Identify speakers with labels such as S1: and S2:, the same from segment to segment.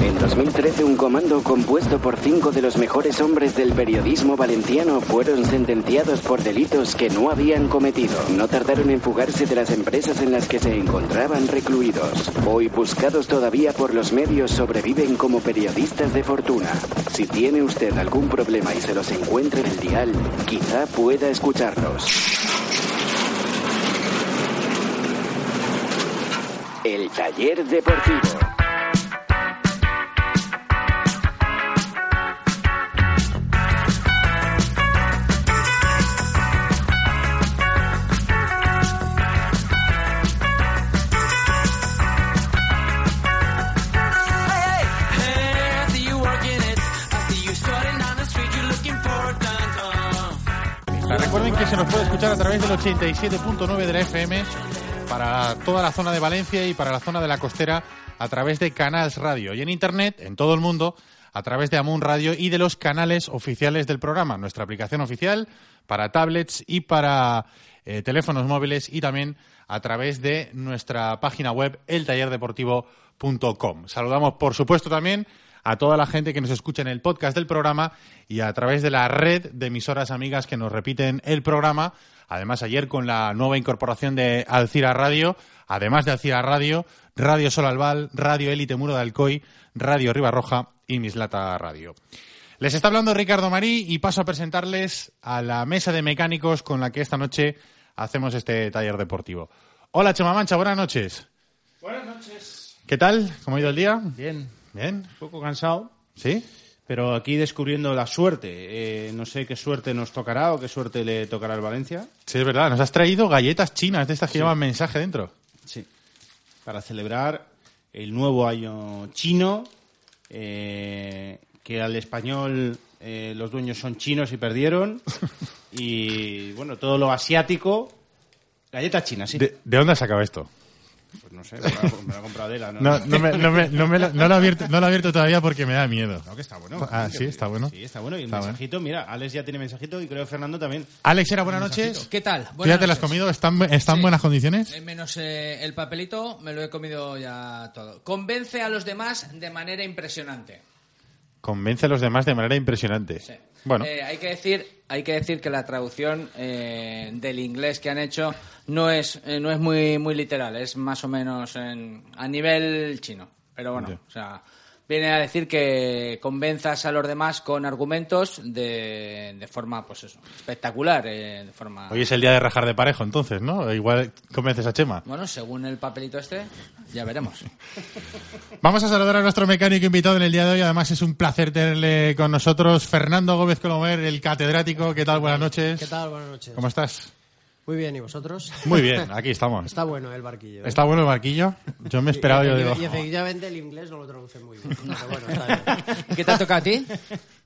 S1: En 2013, un comando compuesto por cinco de los mejores hombres del periodismo valenciano fueron sentenciados por delitos que no habían cometido. No tardaron en fugarse de las empresas en las que se encontraban recluidos. Hoy, buscados todavía por los medios, sobreviven como periodistas de fortuna. Si tiene usted algún problema y se los encuentra en el dial, quizá pueda escucharlos. El taller deportivo.
S2: Hey, hey. Hey, I see you working it. I see you strutting down the street. You're looking for a dun dun.
S3: Recuerden que se nos puede escuchar a través del 87.9 de la FM para toda la zona de Valencia y para la zona de la costera a través de Canals Radio y en Internet, en todo el mundo, a través de Amun Radio y de los canales oficiales del programa, nuestra aplicación oficial para tablets y para eh, teléfonos móviles y también a través de nuestra página web eltallerdeportivo.com. Saludamos, por supuesto, también a toda la gente que nos escucha en el podcast del programa y a través de la red de emisoras amigas que nos repiten el programa. Además, ayer con la nueva incorporación de Alcira Radio, además de Alcira Radio, Radio Sol Albal, Radio Élite Muro de Alcoy, Radio Ribarroja y Mislata Radio. Les está hablando Ricardo Marí y paso a presentarles a la mesa de mecánicos con la que esta noche hacemos este taller deportivo. Hola Chema Mancha, buenas noches.
S4: Buenas noches.
S3: ¿Qué tal? ¿Cómo ha ido el día?
S4: Bien,
S3: Bien.
S4: un poco cansado,
S3: ¿Sí?
S4: pero aquí descubriendo la suerte. Eh, no sé qué suerte nos tocará o qué suerte le tocará al Valencia.
S3: Sí, es verdad. Nos has traído galletas chinas de estas que llevan mensaje dentro.
S4: Sí. Para celebrar el nuevo año chino, eh, que al español eh, los dueños son chinos y perdieron. y bueno, todo lo asiático. Galletas chinas, sí.
S3: ¿De, de dónde has sacado esto?
S4: Pues no sé, me la- me la ha comprado Adela, ¿no?
S3: No, no me, no me- no me la- no lo he abierto, no lo he abierto todavía porque me da miedo.
S4: No, que está bueno.
S3: Ah, sí, está bueno.
S4: Sí, está bueno. Y el
S3: Está bueno.
S4: mensajito, mira, Alex ya tiene mensajito y creo que Fernando también.
S3: Alex, era buenas noches.
S5: ¿Qué tal?
S3: ¿Tú ya
S5: Buenas
S3: te las has
S5: noches.
S3: comido? ¿Están, están
S5: Sí.
S3: buenas condiciones?
S5: Eh, menos eh, el papelito, me lo he comido ya todo. Convence a los demás de manera impresionante.
S3: Convence a los demás de manera impresionante.
S5: Sí.
S3: Bueno,
S5: Eh, hay, que decir, hay que decir que la traducción eh, del inglés que han hecho no es, eh, no es muy, muy literal, es más o menos en- a nivel chino. Pero bueno,
S3: Ya.
S5: o sea, viene a decir que convenzas a los demás con argumentos de, de forma, pues eso, espectacular, eh, de forma...
S3: hoy es el día de rajar de parejo, entonces, ¿no? Igual convences a Chema.
S5: Bueno, según el papelito este, ya veremos.
S3: Vamos a saludar a nuestro mecánico invitado en el día de hoy. Además, es un placer tenerle con nosotros Fernando Gómez Colomer, el catedrático. ¿Qué tal? Buenas noches.
S6: ¿Qué tal? Buenas noches.
S3: ¿Cómo estás?
S6: Muy bien, ¿y vosotros?
S3: Muy bien, aquí estamos.
S6: Está bueno el barquillo. ¿eh?
S3: ¿Está bueno el barquillo? Yo me he esperado,
S6: Y-
S3: yo
S6: y-
S3: digo.
S6: Y efectivamente el inglés no lo traduce muy bien. Pero bueno, está bien.
S5: ¿Qué te ha tocado a ti?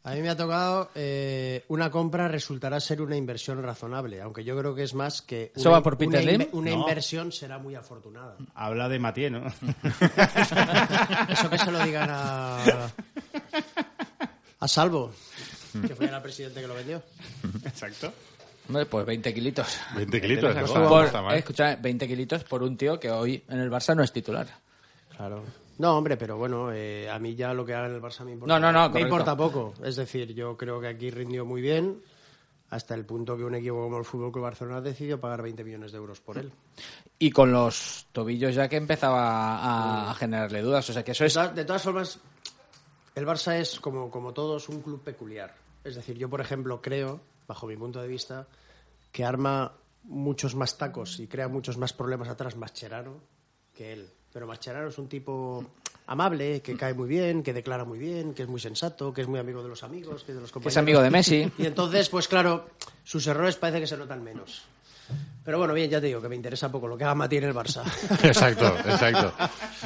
S6: A mí me ha tocado eh, una compra resultará ser una inversión razonable, aunque yo creo que es más que
S5: ¿Eso
S6: una-
S5: va por Peter
S6: una,
S5: Lim?
S6: una
S4: No.
S6: inversión será muy afortunada.
S4: Habla de Matié, ¿no?
S6: Eso que se lo digan a a Salvo, que fue el presidente que lo vendió.
S4: Exacto.
S5: Hombre, pues 20 kilitos.
S3: 20 kilitos, no
S4: Por-
S3: está- no
S5: Por,
S3: está mal.
S5: eh, escucha, 20 kilitos por un tío que hoy en el Barça no es titular.
S6: Claro. No, hombre, pero bueno, eh, a mí ya lo que haga en el Barça me importa.
S5: No, no, no,
S6: Me
S5: correcto.
S6: importa poco. Es decir, yo creo que aquí rindió muy bien hasta el punto que un equipo como el Fútbol Club Barcelona decidió pagar 20 millones de euros por él.
S5: Y con los tobillos ya que empezaba a, a generarle dudas. O sea que eso
S6: De
S5: es.
S6: todas- de todas formas, el Barça es, como, como todos, un club peculiar. Es decir, yo, por ejemplo, creo, bajo mi punto de vista, que arma muchos más tacos y crea muchos más problemas atrás Mascherano que él. Pero Mascherano es un tipo amable, que cae muy bien, que declara muy bien, que es muy sensato, que es muy amigo de los amigos, que es de los
S5: que
S6: compañeros.
S5: es amigo de Messi.
S6: Y entonces, pues claro, sus errores parece que se notan menos. Pero bueno, bien, ya te digo que me interesa poco lo que haga Mati en el Barça.
S3: Exacto, exacto.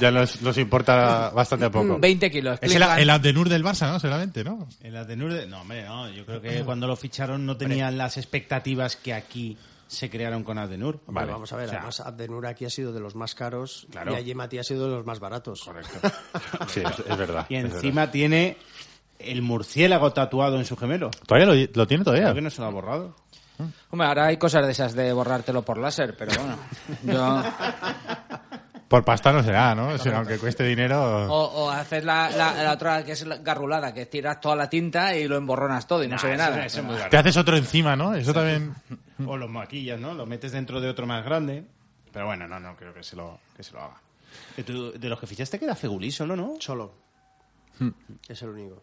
S3: Ya nos, nos importa bastante poco.
S5: 20 kilos.
S3: Es el,
S5: Klinsmann.
S3: el Abdenur del Barça, ¿no? Seguramente, ¿no?
S4: El Adenur de- No, hombre, no. Yo creo que cuando lo ficharon no tenían las expectativas que aquí se crearon con Adenur.
S6: Hombre,
S3: Vale.
S6: Vamos a ver,
S4: O sea-
S6: además Abdenur aquí ha sido de los más caros
S4: Claro.
S6: y allí Mati ha sido de los más baratos.
S3: Correcto. Sí, es, es verdad.
S4: Y
S3: es verdad.
S4: encima tiene el murciélago tatuado en su gemelo.
S3: Todavía lo, lo tiene todavía.
S4: Creo que no se lo ha borrado.
S5: Hombre, ahora hay cosas de esas de borrártelo por láser, pero bueno. Yo,
S3: Por pasta no será, ¿no? Sino aunque cueste dinero.
S5: o, o haces la, la- la otra que es la garrulada, que tiras toda la tinta y lo emborronas todo y no se ve nada.
S4: Ah, Eso es muy
S3: Te
S4: barato.
S3: haces otro encima, ¿no? Eso también.
S4: O los maquillas, ¿no? Lo metes dentro de otro más grande. Pero bueno, no, no, creo que se lo, que se lo haga. Que tú- de los que fichaste queda Fegulí solo, ¿no?
S6: Solo. Es el único.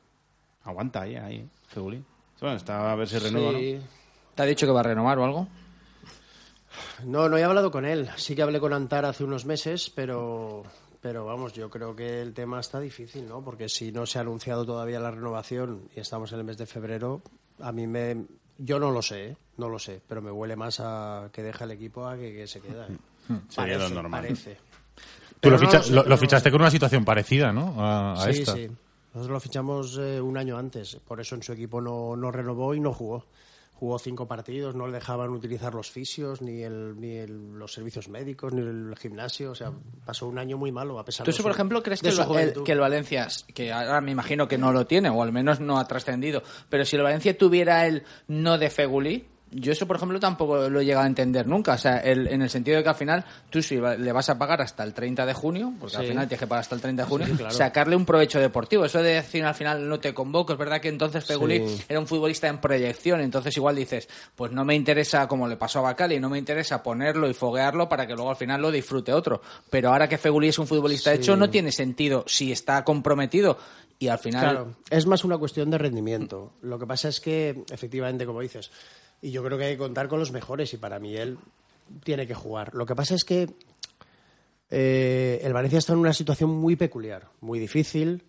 S4: Aguanta ahí, ahí, Fegulí. Bueno, está a ver si renueva, ¿no?
S6: Sí.
S5: ¿Te ha dicho que va a renovar o algo?
S6: No, no he hablado con él. Sí que hablé con Antar hace unos meses, pero, pero vamos, yo creo que el tema está difícil, ¿no? Porque si no se ha anunciado todavía la renovación y estamos en el mes de febrero, a mí me... Yo no lo sé, ¿eh? no lo sé, pero me huele más a que deja el equipo a que, que se queda. ¿eh?
S4: Sería lo normal.
S6: Parece.
S3: Tú
S6: Pero
S3: lo,
S6: no
S3: ficha-
S6: lo sé,
S3: lo- lo
S6: pero-
S3: fichaste con una situación parecida, ¿no? A, a
S6: sí,
S3: esta.
S6: sí. Nosotros lo fichamos eh, un año antes, por eso en su equipo no, no renovó y no jugó. Jugó cinco partidos, no le dejaban utilizar los fisios, ni, el, ni el- los servicios médicos, ni el gimnasio. O sea, pasó un año muy malo, a pesar
S5: ¿Tú
S6: de
S5: eso,
S6: su-
S5: por ejemplo, crees
S6: de
S5: que el,
S6: su
S5: Va- el-
S6: juventud.
S5: que el Valencia, que ahora me imagino que no lo tiene, o al menos no ha trascendido, pero si el Valencia tuviera el no de Feguli, yo eso, por ejemplo, tampoco lo he llegado a entender nunca. O sea, el- en el sentido de que al final tú si va- le vas a pagar hasta el 30 de junio, porque al
S6: Sí.
S5: final tienes que pagar hasta el 30 de junio,
S6: claro.
S5: sacarle un provecho deportivo. Eso de decir al final no te convoco, es verdad que entonces Feguli
S6: Sí.
S5: era un futbolista en proyección, entonces igual dices, pues no me interesa, como le pasó a Bacali, no me interesa ponerlo y foguearlo para que luego al final lo disfrute otro. Pero ahora que Feguli es un futbolista hecho, no tiene sentido si está comprometido y al final...
S6: Claro, es más una cuestión de rendimiento. Lo que pasa es que, efectivamente, como dices, y yo creo que hay que contar con los mejores, y para mí él tiene que jugar. Lo que pasa es que eh, el Valencia está en una situación muy peculiar, muy difícil,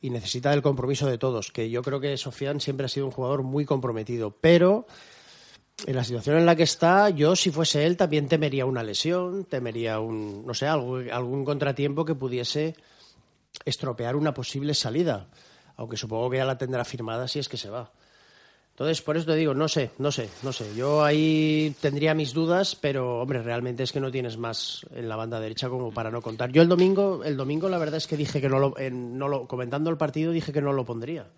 S6: y necesita del compromiso de todos, que yo creo que Sofian siempre ha sido un jugador muy comprometido, pero... En la situación en la que está, yo si fuese él también temería una lesión, temería un, no sé, algo- algún contratiempo que pudiese estropear una posible salida, aunque supongo que ya la tendrá firmada si es que se va. Entonces, por eso te digo, no sé, no sé, no sé. Yo ahí tendría mis dudas, pero hombre, realmente es que no tienes más en la banda derecha como para no contar. Yo el domingo, el domingo la verdad es que dije que no lo, en- no lo comentando el partido dije que no lo pondría.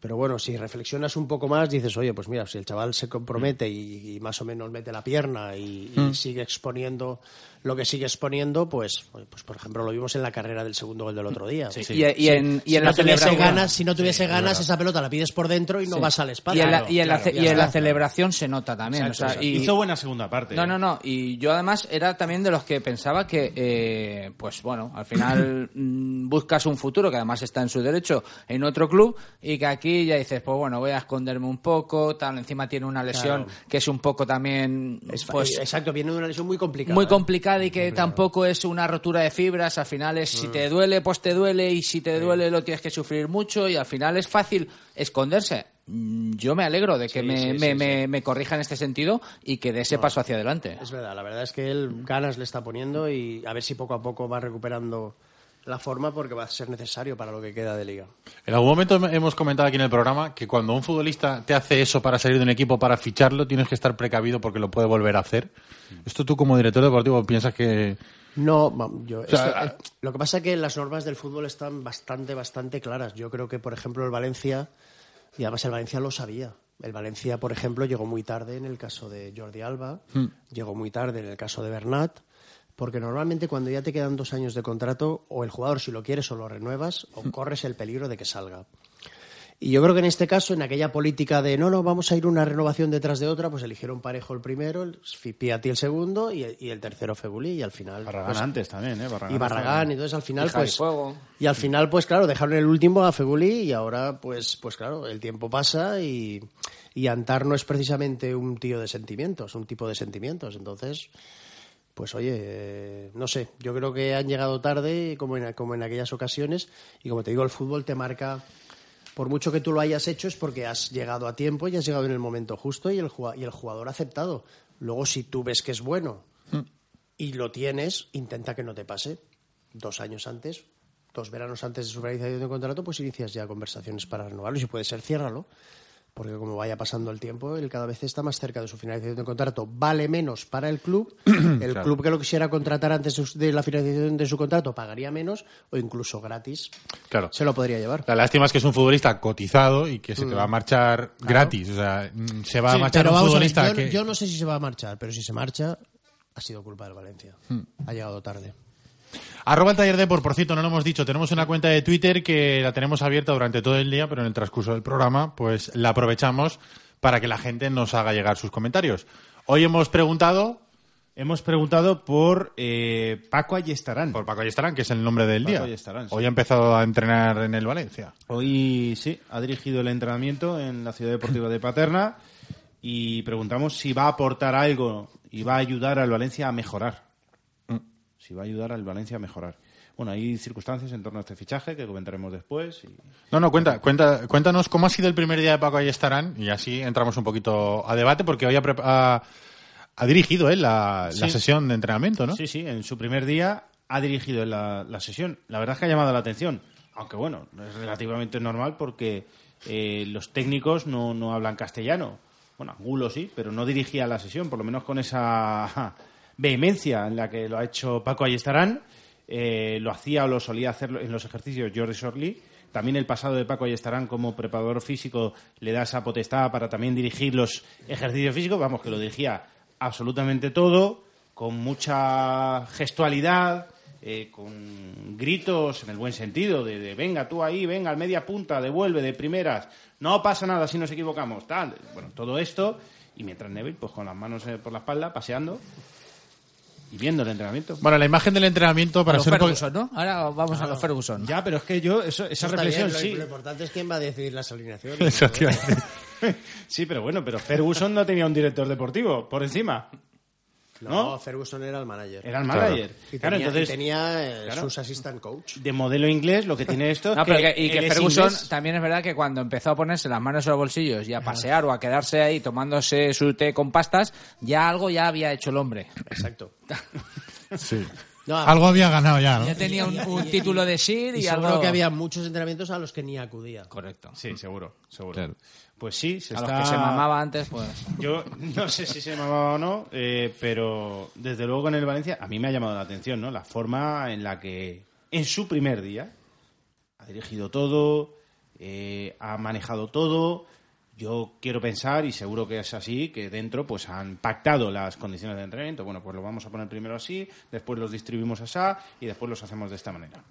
S6: Pero bueno, si reflexionas un poco más, dices, oye, pues mira, si el chaval se compromete y, y más o menos mete la pierna y, y sigue exponiendo lo que sigue exponiendo, pues, oye, pues por ejemplo lo vimos en la carrera del segundo gol del otro día.
S5: Y- e, y, en, y
S6: Si
S5: en
S6: no
S5: la
S6: tuviese
S5: celebración...
S6: ganas, si no tuviese ganas, esa pelota la pides por dentro y no vas al
S5: y
S6: espacio.
S5: en la,
S6: Claro,
S5: y en la
S6: claro,
S5: ce-
S6: ya
S5: y en la
S6: está.
S5: celebración se nota también. o sea, y-
S4: Hizo buena segunda parte.
S6: este-
S4: ¿eh?
S5: No, no, no. Y yo además era también de los que pensaba que, eh, pues bueno, al final mm, buscas un futuro que además está en su derecho en otro club y que aquí ya dices, pues bueno, voy a esconderme un poco, tal. Encima tiene una lesión que es un poco también,
S6: Es-
S5: pues,
S6: exacto, viene de una lesión muy complicada.
S5: muy
S6: ¿eh?
S5: complicada y que tampoco es una rotura de fibras. Al final es si
S6: Mm.
S5: te duele, pues te duele y si te duele lo tienes que sufrir mucho y al final es fácil esconderse. Mm, Yo me alegro de que me, me, me- me corrija en este sentido y que dé ese paso hacia adelante.
S6: ¿eh? Es verdad, la verdad es que él ganas le está poniendo y a ver si poco a poco va recuperando la forma porque va a ser necesario para lo que queda de liga.
S3: En algún momento hem- hemos comentado aquí en el programa que cuando un futbolista te hace eso para salir de un equipo, para ficharlo, tienes que estar precavido porque lo puede volver a hacer.
S4: Mm.
S3: Esto tú como director deportivo piensas que...
S6: No, mam, yo,
S3: sea,
S6: esto-
S3: ah-
S6: eh, lo que pasa es que las normas del fútbol están bastante, bastante claras. Yo creo que, por ejemplo, el Valencia, y además el Valencia lo sabía. El Valencia, por ejemplo, llegó muy tarde en el caso de Jordi Alba,
S3: Hmm.
S6: llegó muy tarde en el caso de Bernat, porque normalmente cuando ya te quedan dos años de contrato, o el jugador si lo quieres o lo renuevas,
S3: Hmm.
S6: o corres el peligro de que salga. Y yo creo que en este caso, en aquella política de no, no, vamos a ir una renovación detrás de otra, pues eligieron parejo el primero, el Piatti el segundo y, y el tercero Febulí, y al final.
S4: Barragán
S6: pues,
S4: antes también, ¿eh? Barragán
S6: y Barragán, entonces al
S5: Y
S6: final
S5: Javi
S6: pues
S5: Fuego.
S6: y al final pues claro, dejaron el último a Feguli y ahora pues pues claro, el tiempo pasa y y Antar no es precisamente un tío de sentimientos, un tipo de sentimientos, entonces pues oye, eh, no sé, yo creo que han llegado tarde como en, como en aquellas ocasiones y como te digo, el fútbol te marca por mucho que tú lo hayas hecho es porque has llegado a tiempo y has llegado en el momento justo y el, jua- y el jugador ha aceptado. Luego si tú ves que es bueno y lo tienes, intenta que no te pase. Dos años antes, dos veranos antes de su realización de contrato, pues inicias ya conversaciones para renovarlo. Y Si puede ser, ciérralo. porque como vaya pasando el tiempo, él cada vez está más cerca de su finalización de contrato. Vale menos para el club, el club que lo quisiera contratar antes de su- de la finalización de su contrato pagaría menos o incluso gratis
S3: Claro.
S6: se lo podría llevar.
S3: La lástima es que es un futbolista cotizado y que se
S4: Mm.
S3: te va a marchar gratis. O sea, mm, se va a
S6: Sí,
S3: marchar
S6: pero
S3: un
S6: vamos a ver,
S3: futbolista
S6: yo,
S3: que...
S6: yo no sé si se va a marchar, pero si se marcha, ha sido culpa del Valencia.
S3: Hmm.
S6: Ha llegado tarde.
S3: Arroba el taller Depor, por cierto, no lo hemos dicho. Tenemos una cuenta de Twitter que la tenemos abierta durante todo el día, pero en el transcurso del programa, pues la aprovechamos para que la gente nos haga llegar sus comentarios. Hoy hemos preguntado
S4: Hemos preguntado por eh, Paco Ayestarán.
S3: por Paco Ayestarán, que es el nombre del
S4: Paco
S3: día.
S4: Ayestarán, sí.
S3: Hoy ha empezado a entrenar en el Valencia.
S4: Hoy sí, ha dirigido el entrenamiento en la Ciudad Deportiva de Paterna y preguntamos si va a aportar algo y va a ayudar al Valencia a mejorar. Si va a ayudar al Valencia a mejorar. Bueno, hay circunstancias en torno a este fichaje que comentaremos después. y-
S3: No, no, cuenta, cuenta, cuéntanos cómo ha sido el primer día de Paco Ayestarán y así entramos un poquito a debate porque hoy ha, prep- ha- ha dirigido él la, la
S4: Sí.
S3: sesión de entrenamiento, ¿no?
S4: Sí, sí, en su primer día ha dirigido la, la sesión. La verdad es que ha llamado la atención. Aunque bueno, es relativamente normal porque eh, los técnicos no, no hablan castellano. Bueno, Angulo sí, pero no dirigía la sesión, por lo menos con esa vehemencia en la que lo ha hecho Paco Ayestarán. Eh, lo hacía o lo solía hacer en los ejercicios Jordi Sorli. También el pasado de Paco Ayestarán como preparador físico le da esa potestad para también dirigir los ejercicios físicos. Vamos, que lo dirigía absolutamente todo con mucha gestualidad, eh, con gritos en el buen sentido, de, de, venga tú ahí, venga al media punta, devuelve de primeras, no pasa nada si nos equivocamos, tal. Bueno, todo esto, y mientras Neville, pues con las manos eh, por la espalda, paseando y viendo el entrenamiento.
S3: Bueno, la imagen del entrenamiento para
S5: los
S3: ser un poco-
S5: Ferguson, ¿no? Ahora vamos a los Ferguson.
S4: Ya, pero es que yo, eso- esa
S6: Está
S4: reflexión
S6: bien, lo-
S4: sí.
S6: Lo importante es quién va a decidir las alineaciones.
S3: Eso
S6: ¿no?
S3: te iba a decir.
S4: Sí, pero bueno, pero Ferguson no tenía un director deportivo por encima.
S6: No,
S4: ¿No?
S6: Ferguson era el manager.
S4: Era el
S3: Claro.
S4: manager.
S6: Y tenía,
S4: Claro,
S6: y
S4: entonces,
S6: tenía, eh,
S4: claro.
S6: sus assistant coach.
S4: de modelo inglés, lo que tiene esto es
S5: No, pero
S4: que
S5: que- y
S4: él
S5: que
S4: es
S5: Ferguson
S4: inglés.
S5: también es verdad que cuando empezó a ponerse las manos en los bolsillos y a pasear o a quedarse ahí tomándose su té con pastas, ya algo ya había hecho el hombre.
S6: Exacto.
S3: Sí.
S6: No,
S3: Algo había ganado ya, ¿no?
S5: Ya tenía un, un título de SIR
S6: y
S5: y,
S6: seguro
S5: algo
S6: que había muchos entrenamientos a los que ni acudía.
S5: Correcto.
S4: Sí, seguro, seguro.
S3: Claro.
S4: Pues sí, se
S5: A
S4: está...
S5: los que se mamaba antes, pues.
S4: Yo no sé si se mamaba o no, eh, pero desde luego con el Valencia a mí me ha llamado la atención, ¿no? La forma en la que en su primer día ha dirigido todo, eh, ha manejado todo. Yo quiero pensar, y seguro que es así, que dentro pues han pactado las condiciones de entrenamiento. Bueno, pues lo vamos a poner primero así, después los distribuimos así y después los hacemos de esta manera.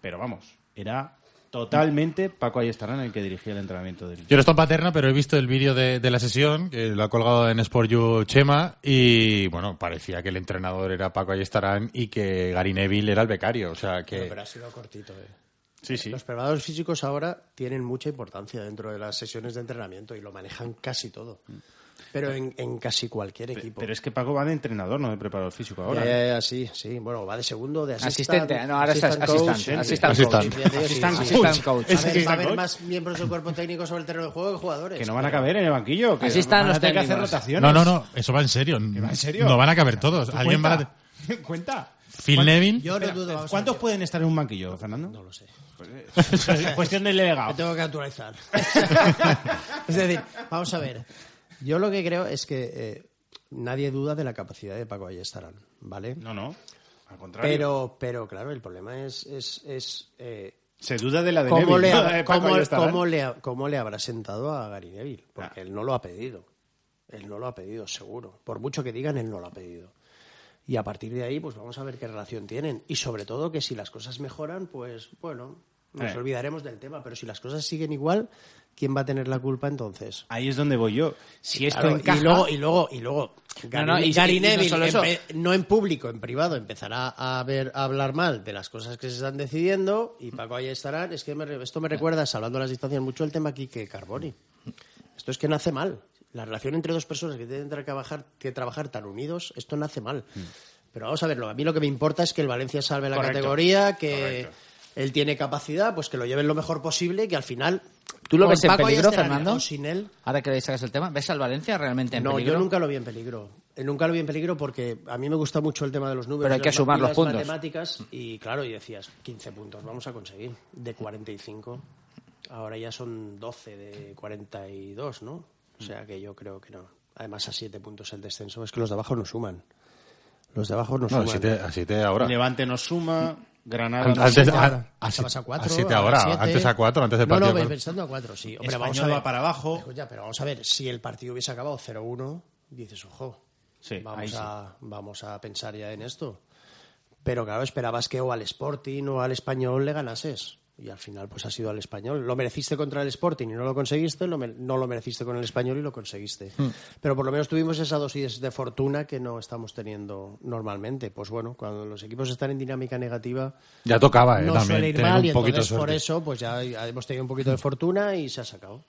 S4: Pero vamos, era totalmente Paco Ayestarán el que dirigía el entrenamiento del
S3: Yo no estoy en Paterna, pero he visto el vídeo de, de la sesión, que lo ha colgado en Sport You Chema, y bueno, parecía que el entrenador era Paco Ayestarán y que Gary Neville era el becario, o sea que...
S6: Pero ha sido cortito, eh.
S4: Sí, sí.
S6: Los preparadores físicos ahora tienen mucha importancia dentro de las sesiones de entrenamiento y lo manejan casi todo. Pero en, en casi cualquier
S4: Mm.
S6: equipo.
S4: Pero es que Paco va de entrenador, no de preparador físico ahora.
S6: Ya, ya, ya, sí, Eh, sí. Bueno, va de segundo, de asistente.
S5: Asistente. No, ahora estás asistente. Assistant coach.
S3: Assistant.
S5: Assistant
S4: Assistant
S5: coach. Assistant coach.
S6: A ver, va a
S4: Assistant
S6: haber
S4: coach.
S6: más miembros del cuerpo técnico sobre el terreno de juego que jugadores.
S4: Que no van a caber en el banquillo. Que
S5: Así están
S4: van a
S5: los
S4: tener que hacer
S5: técnicos.
S4: rotaciones.
S3: No, no, no, eso va en serio.
S4: va en serio?
S3: No van a caber todos.
S4: ¿Tú
S3: Alguien va
S4: cuenta?
S3: a...
S4: ¿Cuenta?
S3: Phil
S4: ¿Cuán-
S3: Neville.
S6: Yo no
S4: Espera,
S6: dudo, vamos a
S4: ¿Cuántos
S6: ver.
S4: pueden estar en un banquillo, Fernando? Pues,
S6: No lo sé.
S4: Cuestión del
S6: Me
S4: delegado.
S6: tengo que actualizar. es decir, vamos a ver. Yo lo que creo es que eh, nadie duda de la capacidad de Paco Ayestarán, ¿vale?
S4: No, no. Al contrario.
S6: pero, pero claro, el problema es, es, es eh,
S4: se duda de la de
S6: ¿Cómo
S4: Neville,
S6: le,
S4: no de Paco
S6: cómo-
S4: Ayestarán.
S6: cómo le ha- cómo le habrá sentado a Gary Neville? Porque
S4: Ah.
S6: él no lo ha pedido. Él no lo ha pedido, seguro. Por mucho que digan, él no lo ha pedido. Y a partir de ahí, pues vamos a ver qué relación tienen. Y sobre todo que si las cosas mejoran, pues bueno, nos
S4: Eh.
S6: olvidaremos del tema. Pero si las cosas siguen igual, ¿quién va a tener la culpa entonces?
S4: Ahí es donde voy yo. Si esto
S6: Claro,
S4: encaja...
S6: y luego, y luego, y luego, Gary,
S5: no, y-
S6: Gary
S5: y- y no
S6: Neville,
S5: solo
S6: empe-
S5: eso.
S6: no, en público, en privado, empezará a, ver, a hablar mal de las cosas que se están decidiendo y Paco ahí estará. Es que me re- esto me recuerda, salvando las distancias, mucho el tema aquí que Carboni. Esto es que nace mal. La relación entre dos personas que tienen que trabajar, que trabajar tan unidos, esto nace mal. Pero vamos a verlo. A mí lo que me importa es que el Valencia salve la
S4: Correcto.
S6: categoría, que
S4: Correcto.
S6: él tiene capacidad, pues que lo lleven lo mejor posible y que al final... ¿Tú lo
S5: ves en peligro, Fernando?
S6: Sin él,
S5: Ahora que le sacas el tema, ¿ves al Valencia realmente en
S6: no,
S5: peligro?
S6: yo nunca lo vi en peligro. Eh, Nunca lo vi en peligro porque a mí me gusta mucho el tema de los números.
S5: Pero hay que
S6: las
S5: sumar
S6: ma- y
S5: los
S6: las
S5: puntos.
S6: matemáticas y claro, y decías, 15 puntos vamos a conseguir de 45. Ahora ya son 12 de 42, ¿no? O sea que yo creo que no. Además, a 7 puntos el descenso. Es que los de abajo no suman. Los de abajo no,
S3: No,
S6: suman.
S3: así te, así te ahora.
S4: Levante nos suma, Granada nos
S3: Antes,
S4: suma,
S3: a, a,
S6: Estabas a 4.
S3: a siete ahora, antes a 4, antes del
S6: no,
S3: partido.
S6: No,
S3: claro.
S6: pensando a 4, sí. Hombre, vamos a
S4: Español
S6: ver.
S4: va para abajo.
S6: Escucha, pero vamos a ver, si el partido hubiese acabado 0-1, dices, ojo,
S4: Sí, ahí
S6: vamos,
S4: sí.
S6: a, vamos a pensar ya en esto. Pero claro, esperabas que o al Sporting o al Español le ganases. Y al final, pues ha sido al Español. Lo mereciste contra el Sporting y no lo conseguiste, lo me- no lo mereciste con el Español y lo conseguiste.
S4: Hmm.
S6: Pero por lo menos tuvimos esa dosis de fortuna que no estamos teniendo normalmente. Pues bueno, cuando los equipos están en dinámica negativa,
S3: Ya tocaba, eh,
S6: no
S3: también.
S6: suele ir
S3: tener
S6: mal
S3: un
S6: y
S3: poquito de
S6: entonces por
S3: suerte.
S6: eso pues ya hemos tenido un poquito de fortuna y se ha sacado.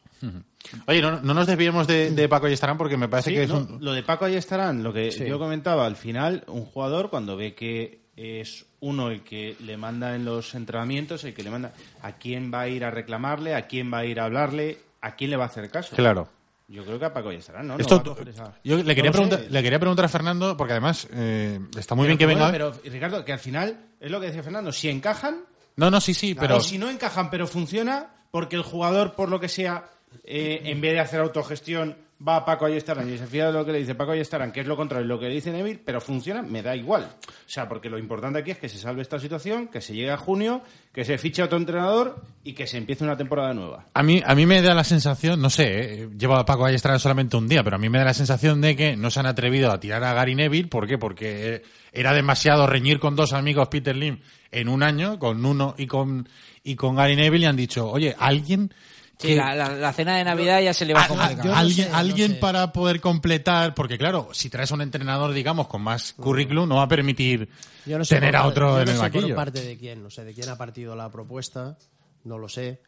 S3: Oye, no, no nos desviemos de, de Paco y Estarán porque me parece
S4: Sí,
S3: que es
S4: no,
S3: un.
S4: Lo de Paco Ayestarán, lo que
S6: Sí.
S4: yo comentaba, al final un jugador cuando ve que es uno el que le manda en los entrenamientos, el que le manda a quién va a ir a reclamarle, a quién va a ir a hablarle, a quién le va a hacer caso.
S3: Claro.
S4: Yo creo que a Paco Ayestarán, ¿no? No
S3: Esto,
S4: va a coger esa-
S3: yo le quería,
S4: No lo sé.
S3: preguntar, le quería preguntar a Fernando, porque además eh, está muy bien que
S4: Pero
S3: venga.
S4: bueno, Pero Ricardo, que al final es lo que decía Fernando, si encajan,
S3: no, no, sí, sí, pero.
S4: o si no encajan pero funciona, porque el jugador, por lo que sea, eh, en vez de hacer autogestión, va a Paco Ayestarán y se fía de lo que le dice Paco Ayestarán, que es lo contrario de lo que le dice Neville, pero funciona, me da igual. O sea, porque lo importante aquí es que se salve esta situación, que se llegue a junio, que se fiche a otro entrenador y que se empiece una temporada nueva.
S3: A mí, a mí me da la sensación, no sé, eh, llevo a Paco Ayestarán solamente un día, pero a mí me da la sensación de que no se han atrevido a tirar a Gary Neville. ¿Por qué? Porque eh, era demasiado reñir con dos amigos Peter Lim en un año, con uno y con, y con Gary Neville, y han dicho, oye, alguien.
S5: Sí, la, la- la cena de Navidad ya se le va
S3: Ah,
S5: a complicar.
S3: ah, alguien alguien para poder completar, porque claro, si traes a un entrenador, digamos, con más currículum, no va a permitir
S6: Yo no sé
S3: tener
S6: por-
S3: a otro
S6: yo
S3: en
S6: no
S3: el
S6: sé
S3: banquillo.
S6: Por parte de quién, no sé de quién ha partido la propuesta, no lo sé,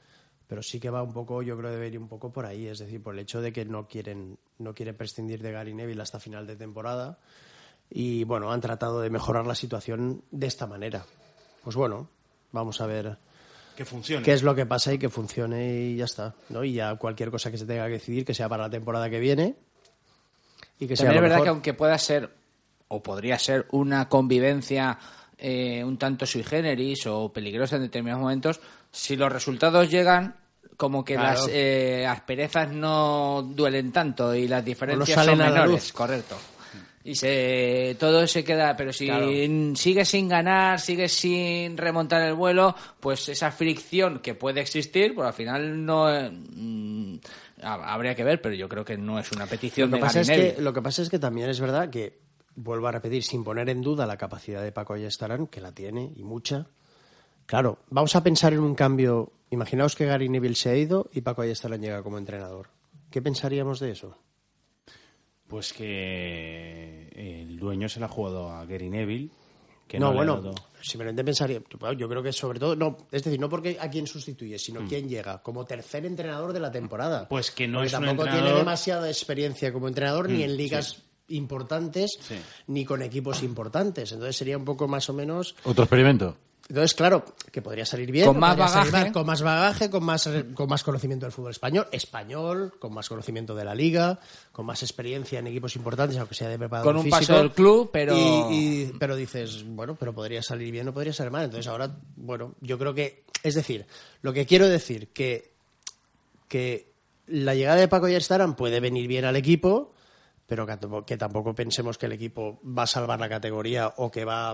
S6: pero sí que va un poco, yo creo debe ir un poco por ahí, es decir, por el hecho de que no quieren no quieren prescindir de Gary Neville hasta final de temporada y bueno, han tratado de mejorar la situación de esta manera. Pues bueno, vamos a ver
S4: Que funcione.
S6: qué es lo que pasa y que funcione y ya está, ¿no? Y ya cualquier cosa que se tenga que decidir que sea para la temporada que viene y que sea
S5: También es
S6: lo
S5: verdad
S6: mejor.
S5: que aunque pueda ser, o podría ser, una convivencia eh, un tanto sui generis o peligrosa en determinados momentos, si los resultados llegan, como que
S6: Claro.
S5: las eh, asperezas no duelen tanto y las diferencias son
S6: salen a la
S5: menores,
S6: luz.
S5: correcto. Y se, todo se queda, pero si sigues sin ganar, sigues sin remontar el vuelo, pues esa fricción que puede existir, pues al final no... eh, mm, ha- habría que ver, pero yo creo que no es una petición
S6: Lo que,
S5: de
S6: pasa es
S5: Gary
S6: que,
S5: Neville.
S6: lo que pasa es que también es verdad que, vuelvo a repetir, sin poner en duda la capacidad de Paco Ayestarán, que la tiene y mucha, claro, vamos a pensar en un cambio. Imaginaos que Gary Neville se ha ido y Paco Ayestarán llega como entrenador. ¿Qué pensaríamos de eso?
S4: Pues que el dueño se la ha jugado a Gary Neville. Que
S6: no,
S4: le ha
S6: bueno,
S4: dado-
S6: simplemente pensaría, yo creo que sobre todo, no, es decir, no porque a quién sustituye, sino quién llega como tercer entrenador de la temporada.
S4: Mm. Pues que no
S6: Porque
S4: es un
S6: tampoco tiene
S4: entrenador- Mm,
S6: demasiada experiencia como entrenador ni en ligas importantes
S4: Sí.
S6: ni con equipos importantes. Entonces sería un poco más o menos
S3: Otro experimento.
S6: Entonces, claro, que podría salir bien.
S5: Con
S6: o
S5: más
S6: podría salir
S5: bagaje.
S6: mal, con más bagaje, con más, con más conocimiento del fútbol español, español, con más conocimiento de la liga, con más experiencia en equipos importantes, aunque sea de preparador
S5: Con un
S6: físico.
S5: paso del club, pero-
S6: Y, y- pero dices, bueno, pero podría salir bien o podría salir mal. Entonces ahora, bueno, yo creo que... Es decir, lo que quiero decir, que, que la llegada de Paco Yarstaran puede venir bien al equipo, pero que tampoco, que tampoco pensemos que el equipo va a salvar la categoría o que va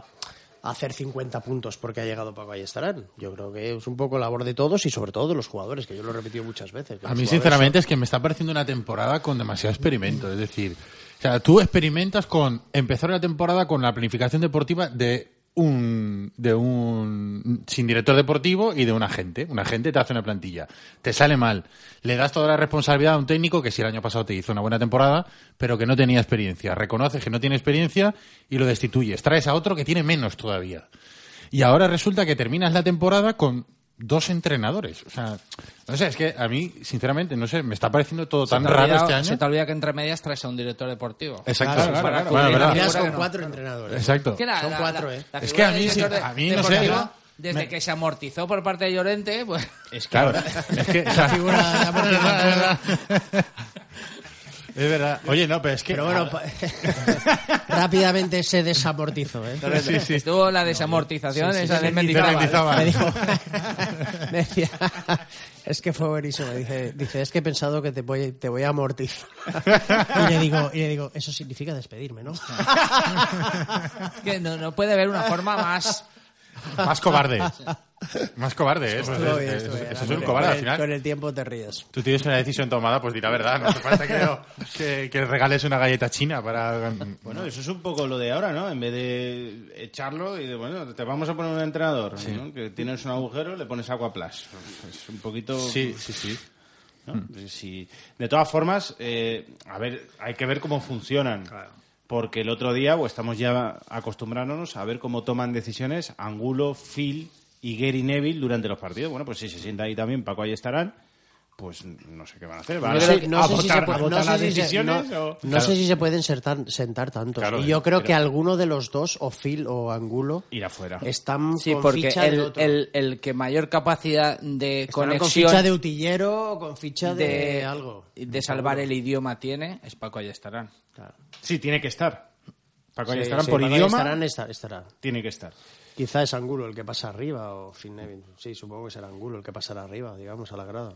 S6: a hacer 50 puntos porque ha llegado Paco Ayestarán. Yo creo que es un poco labor de todos y sobre todo de los jugadores, que yo lo he repetido muchas veces. que
S3: A
S6: los
S3: mí,
S6: jugadores
S3: sinceramente, es que me está pareciendo una temporada con demasiado experimento. Es decir, o sea, tú experimentas con empezar la temporada con la planificación deportiva de un de un sin director deportivo y de un agente. Un agente te hace una plantilla. Te sale mal. Le das toda la responsabilidad a un técnico que si el año pasado te hizo una buena temporada, pero que no tenía experiencia. Reconoces que no tiene experiencia y lo destituyes. Traes a otro que tiene menos todavía. Y ahora resulta que terminas la temporada con dos entrenadores. O sea, no sé, es que a mí, sinceramente, no sé, me está pareciendo todo tan
S5: Se te ha
S3: raro
S5: olvidado-
S3: este
S5: Se te
S3: año.
S5: olvida que entre medias traes a un director deportivo.
S3: Exacto.
S6: Claro,
S5: claro, claro.
S3: Bueno,
S5: Porque
S3: ¿verdad?
S5: mira,
S6: Miras con
S5: Bueno.
S6: cuatro entrenadores.
S3: Exacto.
S5: Que la-
S6: Son
S5: la-
S6: cuatro,
S5: la-
S6: ¿eh?
S5: la
S3: Es
S5: figura
S3: que a
S5: del
S3: mí sí,
S5: director de-
S3: a mí no sé,
S5: deportivo,
S3: yo-
S5: Desde
S3: me-
S5: que se amortizó por parte de Llorente, pues.
S3: Es que ahora- es que, o sea,
S6: figura de
S3: es verdad, es verdad. Es verdad. Oye, no, pero es que.
S6: Pero bueno,
S3: Ah,
S6: pa- rápidamente se desamortizó, ¿eh?
S3: sí, sí.
S5: Estuvo la desamortización, esa de Mendizábal.
S3: Mendizábal.
S6: Me dijo, me decía, es que fue buenísimo. Dice, dice, es que he pensado que te voy, te voy a amortizar. Y le digo, y le digo, eso significa despedirme, ¿no?
S5: Es que no, no puede haber una forma más...
S3: Más cobarde. Más cobarde, ¿eh?
S6: Estuvo
S3: Eso
S6: bien,
S3: es-
S6: estuvo bien.
S3: eso es un
S6: Con
S3: cobarde
S6: el-
S3: al final.
S6: Con el tiempo te ríes.
S3: Tú tienes una decisión tomada, pues di la verdad. No hace falta que, que, que regales una galleta china para.
S4: Bueno, eso es un poco lo de ahora, ¿no? En vez de echarlo y de, bueno, te vamos a poner un entrenador, ¿no? Que tienes un agujero, le pones agua plas. Es un poquito...
S3: Sí, sí, sí. Hmm.
S4: ¿no? Sí. De todas formas, eh, a ver, hay que ver cómo funcionan. Porque el otro día, o estamos ya acostumbrándonos a ver cómo toman decisiones Angulo, Phil y Gary Neville durante los partidos. Bueno, pues si se sienta ahí también, Paco ahí estarán. Pues no sé qué van a hacer. ¿Van
S6: Yo
S4: a,
S6: creo-
S4: a
S6: sé si
S4: votar-
S6: se puede-
S4: a votar
S6: no sé
S4: las
S6: si se-
S4: decisiones?
S6: no-
S4: o-
S6: no sé si se pueden sentar, sentar tantos.
S3: Claro,
S6: y yo
S3: eh,
S6: creo
S3: pero-
S6: que alguno de los dos, o Phil o Angulo,
S4: Ir afuera.
S6: están
S5: Sí,
S6: con
S5: porque
S6: ficha del
S5: el,
S6: otro.
S5: el, el que mayor capacidad de
S6: Estarán
S5: conexión...
S6: con ficha de utillero o con ficha de, algo.
S5: de salvar el idioma tiene, es Paco Ayestarán.
S4: Sí, tiene que estar. Paco
S5: Sí,
S4: ahí estarán
S5: sí,
S4: por
S6: Paco
S4: idioma.
S6: Estarán, esta- estará.
S4: Tiene que estar.
S6: Quizá es Angulo el que pasa arriba o Phil Neville. Sí, supongo que será Angulo el que pasará arriba, digamos, a la grada.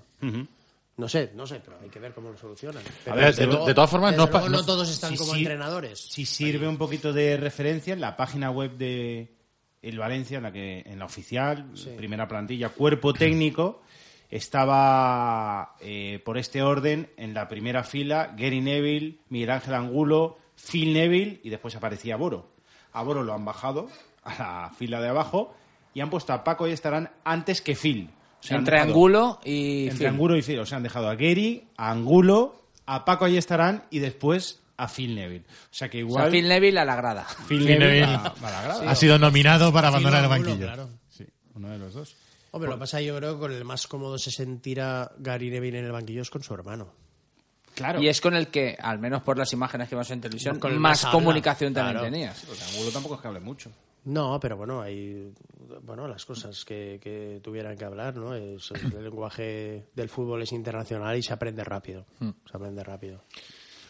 S6: No sé, no sé, pero hay que ver cómo lo solucionan. Pero
S3: ver,
S6: desde
S3: de to-
S6: luego-
S3: de todas formas,
S6: desde
S3: no pa-
S6: luego
S3: no-
S6: todos están
S4: Sí,
S6: como
S4: sí.
S6: entrenadores.
S4: Si sirve un poquito de referencia en la página web de el Valencia, en la que en la oficial, primera plantilla, cuerpo técnico, estaba eh, por este orden en la primera fila Gary Neville, Miguel Ángel Angulo, Phil Neville y después aparecía Boro. A Boro lo han bajado a la fila de abajo y han puesto a Paco y estarán antes que Phil. O sea, han
S5: Entre
S4: dejado-
S5: Angulo y
S4: entre
S5: Phil.
S4: Angulo y Phil. O sea, han dejado a Gary, a Angulo, a Paco estarán y después a Phil Neville. O sea que
S5: O sea,
S4: igual
S5: Phil Neville a la grada.
S4: Phil
S3: Phil
S4: Neville
S3: Neville.
S4: a- a la grada.
S3: Ha sido nominado para abandonar el
S6: Angulo,
S3: banquillo.
S6: claro.
S4: Sí, uno de los dos.
S6: Hombre, lo que pasa yo creo que con el más cómodo se sentirá Gary Neville en el banquillo es con su hermano.
S4: Claro.
S5: Y es con el que, al menos por las imágenes que vemos en televisión,
S6: Con el
S5: más
S6: más habla,
S5: comunicación también
S6: claro.
S5: tenías.
S4: Porque Angulo tampoco es que hable mucho.
S6: No, pero bueno, hay bueno las cosas que, que tuvieran que hablar, ¿no? Es- el lenguaje del fútbol es internacional y se aprende rápido.
S3: Mm.
S6: Se aprende rápido.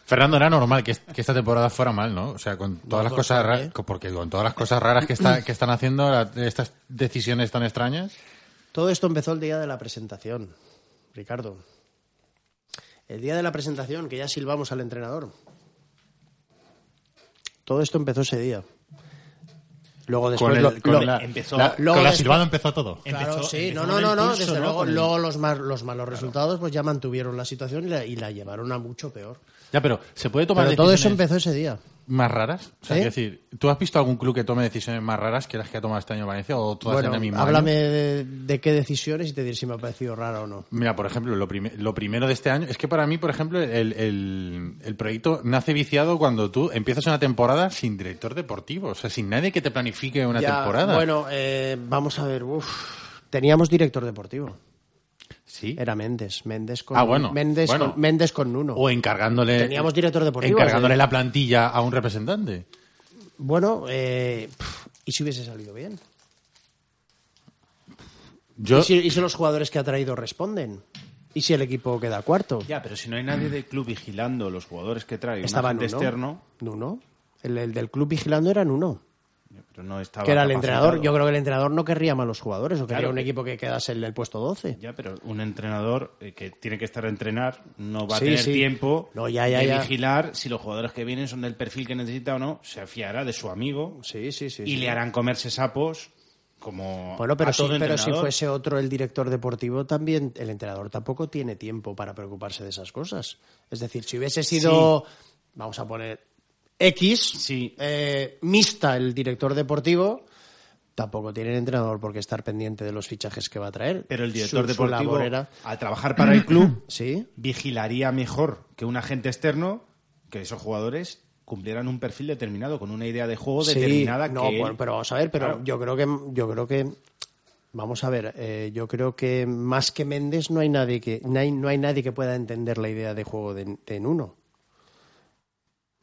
S3: Fernando era normal que, que esta temporada fuera mal, ¿no? O sea, con todas las
S6: por ¿eh?
S3: cosas
S6: qué?
S3: raras, porque con todas las cosas raras que, está, que están haciendo la- estas decisiones tan extrañas.
S6: Todo esto empezó el día de la presentación, Ricardo. El día de la presentación, que ya silbamos al entrenador. Todo esto empezó ese día. Luego después
S3: Con el-
S6: lo-
S3: con
S6: lo-
S3: la-
S4: empezó-
S3: la-
S6: luego
S3: con la
S6: después-
S3: silbada empezó todo.
S6: Claro,
S4: Empezó-
S6: sí,
S4: empezó
S6: no, no,
S4: con
S6: no,
S4: el
S6: no,
S4: pulso,
S6: desde
S4: ¿no?
S6: luego.
S4: Con el-
S6: Luego los, mal- los malos resultados pues ya mantuvieron la situación y la, y la llevaron a mucho peor.
S3: Ya, pero ¿se puede tomar
S6: Pero todo eso
S3: decisiones
S6: empezó ese día.
S3: más raras? O sea,
S6: ¿Eh?
S3: quiero decir, ¿tú has visto algún club que tome decisiones más raras que las que ha tomado este año Valencia o todas
S6: Bueno,
S3: en el mismo año?
S6: háblame de, de qué decisiones y te diré si me ha parecido rara o no.
S3: Mira, por ejemplo, lo, prime- lo primero de este año es que para mí, por ejemplo, el, el- el proyecto nace viciado cuando tú empiezas una temporada sin director deportivo, o sea, sin nadie que te planifique una
S6: Ya,
S3: temporada.
S6: Bueno, eh, vamos a ver. uf. Teníamos director deportivo.
S3: sí.
S6: Era Méndez. Méndez con,
S3: Ah, bueno,
S6: Méndez
S3: bueno.
S6: con, Méndez con Nuno.
S3: O encargándole.
S6: Teníamos director deportivo,
S3: Encargándole
S6: sí.
S3: la plantilla a un representante.
S6: Bueno, eh, pf, ¿y si hubiese salido bien?
S3: Yo.
S6: ¿Y si, y si los jugadores que ha traído responden? ¿Y si el equipo queda cuarto?
S4: Ya, pero si no hay nadie del club vigilando los jugadores que trae,
S6: Estaba
S4: un agente
S6: Nuno.
S4: externo,
S6: Nuno. El, el del club vigilando era Nuno.
S4: pero no estaba
S6: que era el
S4: capacitado.
S6: entrenador. Yo creo que el entrenador no querría malos jugadores o quería
S4: Claro.
S6: un equipo que quedase en el puesto 12.
S4: Ya, pero un entrenador eh, que tiene que estar a entrenar no va
S6: Sí,
S4: a tener
S6: sí.
S4: tiempo
S6: No, ya, ya,
S4: de
S6: ya.
S4: vigilar si los jugadores que vienen son del perfil que necesita o no. Se fiará de su amigo
S6: Sí, sí, sí.
S4: y le harán comerse sapos como
S6: Bueno, pero,
S4: a
S6: si,
S4: todo
S6: pero si
S4: entrenador.
S6: fuese otro el director deportivo, también el entrenador tampoco tiene tiempo para preocuparse de esas cosas. Es decir, si hubiese sido, vamos a poner, X,
S4: Sí.
S6: eh, mixta el director deportivo, tampoco tiene el entrenador por qué estar pendiente de los fichajes que va a traer.
S4: Pero el director
S6: Su- su
S4: deportivo,
S6: labor era-
S4: al trabajar para el club,
S6: Sí.
S4: vigilaría mejor que un agente externo que esos jugadores cumplieran un perfil determinado, con una idea de juego
S6: Sí,
S4: determinada
S6: no,
S4: que él-
S6: bueno, pero vamos a ver, pero
S4: Claro.
S6: yo creo que yo creo que vamos a ver, eh, yo creo que más que Méndez no hay nadie que no hay, no hay nadie que pueda entender la idea de juego de, de Nuno.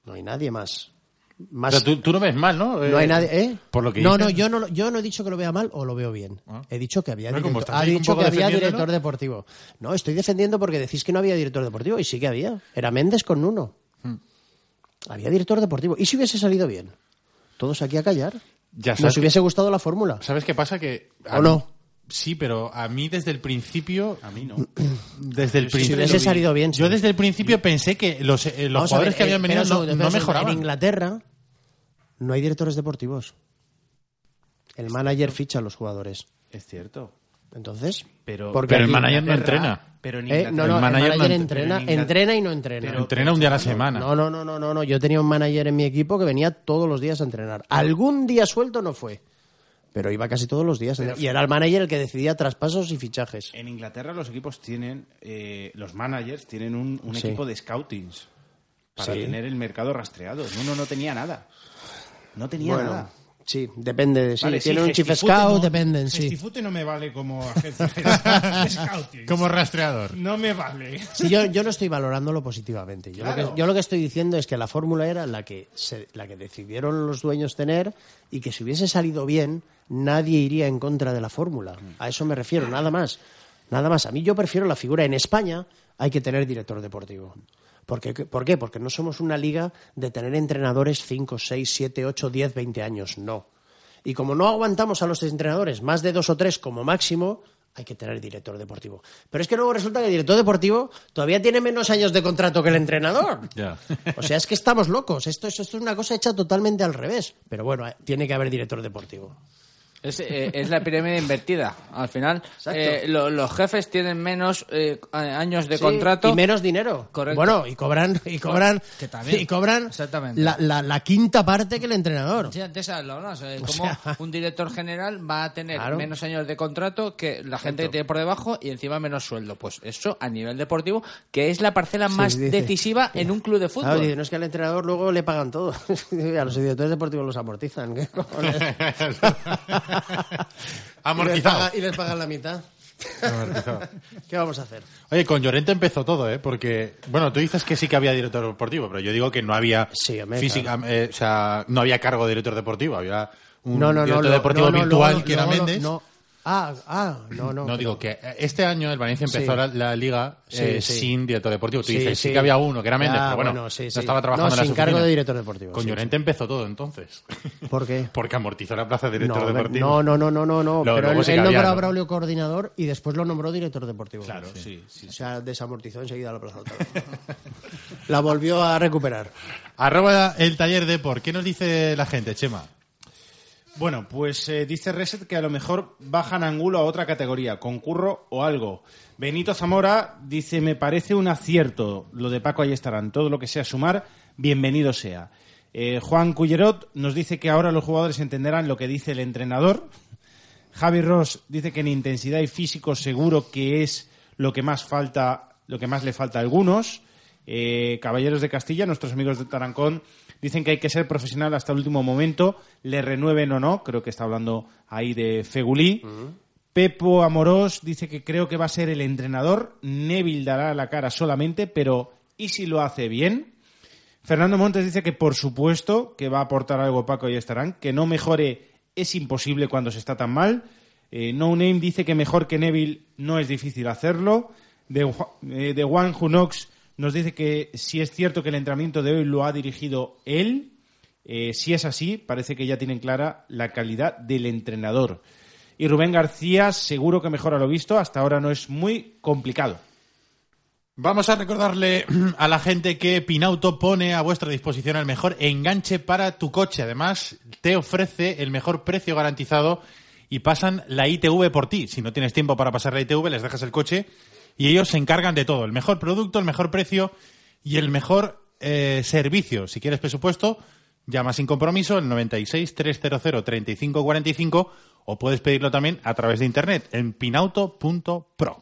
S6: No hay nadie más.
S7: más.
S3: O sea, tú, tú no ves mal, ¿no?
S6: No hay
S3: Eh,
S6: nadie, ¿eh?
S3: Por lo que
S6: no,
S3: dicen.
S6: no, yo no, lo- yo no he dicho que lo vea mal o lo veo bien. He dicho que había,
S3: Pero Ah, como
S6: directo-
S3: estás
S6: ha
S3: ahí un
S6: dicho
S3: poco
S6: que había
S3: defendiéndolo.
S6: director deportivo. No, estoy defendiendo porque decís que no había director deportivo y sí que había. Era Méndez con Nuno.
S3: Hmm.
S6: Había director deportivo. ¿Y si hubiese salido bien? Todos aquí a callar.
S3: Ya sabes
S6: Nos
S3: que-
S6: hubiese gustado la fórmula.
S3: ¿Sabes qué pasa? Que a
S6: ¿O
S3: mí-
S6: no?
S3: Sí, pero a mí desde el principio...
S4: A mí no.
S3: Desde el principio...
S6: hubiese salido bien,
S3: Yo
S6: sí.
S3: desde el principio pensé que los, eh, los
S6: Vamos a ver,
S3: jugadores que
S6: eh,
S3: habían venido
S6: espera un
S3: no,
S6: segundo,
S3: no
S6: espera un segundo. En
S3: mejoraban.
S6: Inglaterra no hay directores deportivos. El manager ficha a los jugadores.
S4: Es cierto.
S6: Entonces,
S4: Pero,
S6: ¿por qué
S3: Pero el
S6: aquí?
S3: manager no
S4: Inglaterra,
S3: entrena.
S4: Pero en
S6: Eh, no,
S4: Inglaterra-
S6: no, el manager,
S3: no
S6: entrena,
S4: entrena.
S6: entrena y no entrena.
S4: Pero-
S3: Entrena un día a la semana.
S6: No, no, no, no, no, no. Yo tenía un manager en mi equipo que venía todos los días a entrenar. Algún día suelto no fue, pero iba casi todos los días. a entrenar. y era el manager el que decidía traspasos y fichajes.
S4: En Inglaterra los equipos tienen, eh, los managers tienen un, un
S6: Sí.
S4: equipo de scoutings para
S6: Sí.
S4: tener el mercado rastreado. Uno no tenía nada. No tenía nada.
S6: sí, depende. de- Sí,
S4: Vale, sí,
S6: tiene un chief
S4: Gestifute
S6: scout,
S4: no-
S6: dependen, sí.
S8: Gestifute no me vale como agencia de scouting.
S3: Como rastreador.
S8: No me vale.
S6: Sí, yo, yo no estoy valorándolo positivamente. Yo, lo que, yo lo que estoy diciendo es que la fórmula era la que, se- la que decidieron los dueños tener y que si hubiese salido bien, nadie iría en contra de la fórmula. A eso me refiero, nada más. Nada más. A mí yo prefiero la figura. En España hay que tener director deportivo. Porque, ¿Por qué? Porque no somos una liga de tener entrenadores 5, 6, 7, 8, 10, 20 años. No. Y como no aguantamos a los entrenadores más de dos o tres como máximo, hay que tener director deportivo. Pero es que luego resulta que el director deportivo todavía tiene menos años de contrato que el entrenador.
S3: Ya.
S6: O sea, es que estamos locos. Esto, esto, esto es una cosa hecha totalmente al revés. Pero bueno, eh, tiene que haber director deportivo.
S5: Es, eh, es la pirámide invertida. Al final, eh, lo- los jefes tienen menos eh, a- años de
S6: Sí,
S5: contrato.
S6: y menos dinero.
S5: Correcto.
S6: Bueno, y cobran, y cobran,
S5: Que también.
S6: y cobran
S5: Exactamente.
S6: La, la- la quinta parte que el entrenador.
S5: Sí, antes hablaba, ¿no? O sea,
S6: O
S5: eh, como
S6: sea-
S5: un director general va a tener
S6: Claro.
S5: menos años de contrato que la gente que tiene por debajo y encima menos sueldo. Pues eso a nivel deportivo, que es la parcela más
S6: dice.
S5: decisiva en un club de fútbol.
S6: Claro, dice, no es que al entrenador luego le pagan todo. a los directores deportivos los amortizan. ¿qué cojones?
S3: Amortizado.
S6: Y les paga- y les pagan la mitad.
S3: Amortizado.
S6: ¿Qué vamos a hacer?
S3: Oye, con Llorente empezó todo, ¿eh? Porque, bueno, tú dices que sí que había director deportivo, pero yo digo que no había
S6: Sí, hombre,
S3: física, eh, o sea, no había cargo de director deportivo, había un
S6: No, no, no.
S3: director
S6: lo-
S3: deportivo
S6: no, no,
S3: virtual
S6: luego-
S3: que era
S6: luego lo-
S3: Méndez.
S6: no. Ah, ah, no, no.
S3: No, digo que eh, este año el Valencia empezó
S6: Sí.
S3: la, la liga
S6: Sí,
S3: eh,
S6: sí.
S3: sin director deportivo. Tú
S6: Sí,
S3: dices, sí,
S6: sí.
S3: que había uno, que era
S6: Ya,
S3: Méndez, pero bueno,
S6: bueno, sí, sí.
S3: no estaba trabajando
S6: No,
S3: en la
S6: sin cargo de director deportivo,
S3: Con
S6: sí,
S3: Llorente empezó todo entonces,
S6: ¿Por qué?
S3: porque amortizó la plaza de
S6: No,
S3: director
S6: a ver,
S3: deportivo.
S6: no, no, no, no, no, no.
S3: Lo-
S6: pero
S3: luego
S6: él,
S3: sí que
S6: él
S3: había,
S6: nombró a
S3: ¿no?
S6: Braulio coordinador y después lo nombró director deportivo. Claro,
S4: Sí, sí.
S6: O sea, desamortizó enseguida la plaza. otra vez. la volvió a recuperar.
S3: Arroba el taller de por. ¿Qué nos dice la gente, Chema?
S4: Bueno, pues eh, dice Reset que a lo mejor bajan Angulo a otra categoría, concurro o algo. Benito Zamora dice, me parece un acierto lo de Paco ahí estarán, todo lo que sea sumar, bienvenido sea. Eh, Juan Cullerot nos dice que ahora los jugadores entenderán lo que dice el entrenador. Javi Ross dice que en intensidad y físico seguro que es lo que más falta, lo que más le falta a algunos. Eh, Caballeros de Castilla, nuestros amigos de Tarancón, dicen que hay que ser profesional hasta el último momento, le renueven o no, creo que está hablando ahí de Fegulí. Pepo Amorós dice que creo que va a ser el entrenador, Neville dará la cara solamente, pero ¿y si lo hace bien? Fernando Montes dice que por supuesto que va a aportar algo Paco y estarán, que no mejore es imposible cuando se está tan mal. Eh, no Name dice que mejor que Neville no es difícil hacerlo. The, Wa- eh, The One Who Knocks nos dice que si es cierto que el entrenamiento de hoy lo ha dirigido él, eh, si es así, parece que ya tienen clara la calidad del entrenador. Y Rubén García seguro que mejora lo visto, hasta ahora no es muy complicado.
S3: Vamos a recordarle a la gente que Pinauto pone a vuestra disposición el mejor enganche para tu coche. Además, te ofrece el mejor precio garantizado y pasan la ITV por ti. Si no tienes tiempo para pasar la ITV, les dejas el coche y ellos se encargan de todo. El mejor producto, el mejor precio y el mejor eh, servicio. Si quieres presupuesto, llama sin compromiso el 96 300 3545 o puedes pedirlo también a través de internet en pinauto.pro.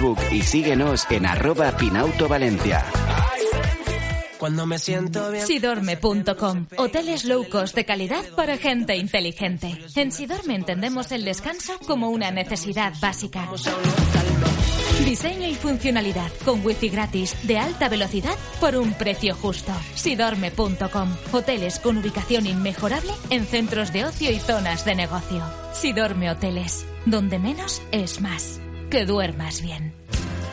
S1: y síguenos en arroba pinauto valencia.
S9: Cuando me siento bien.
S10: Sidorme.com. Hoteles low cost de calidad para gente inteligente. En Sidorme entendemos el descanso como una necesidad básica. Diseño y funcionalidad con wifi gratis de alta velocidad por un precio justo. Sidorme.com. Hoteles con ubicación inmejorable en centros de ocio y zonas de negocio. Sidorme Hoteles, donde menos es más. Que duermas bien.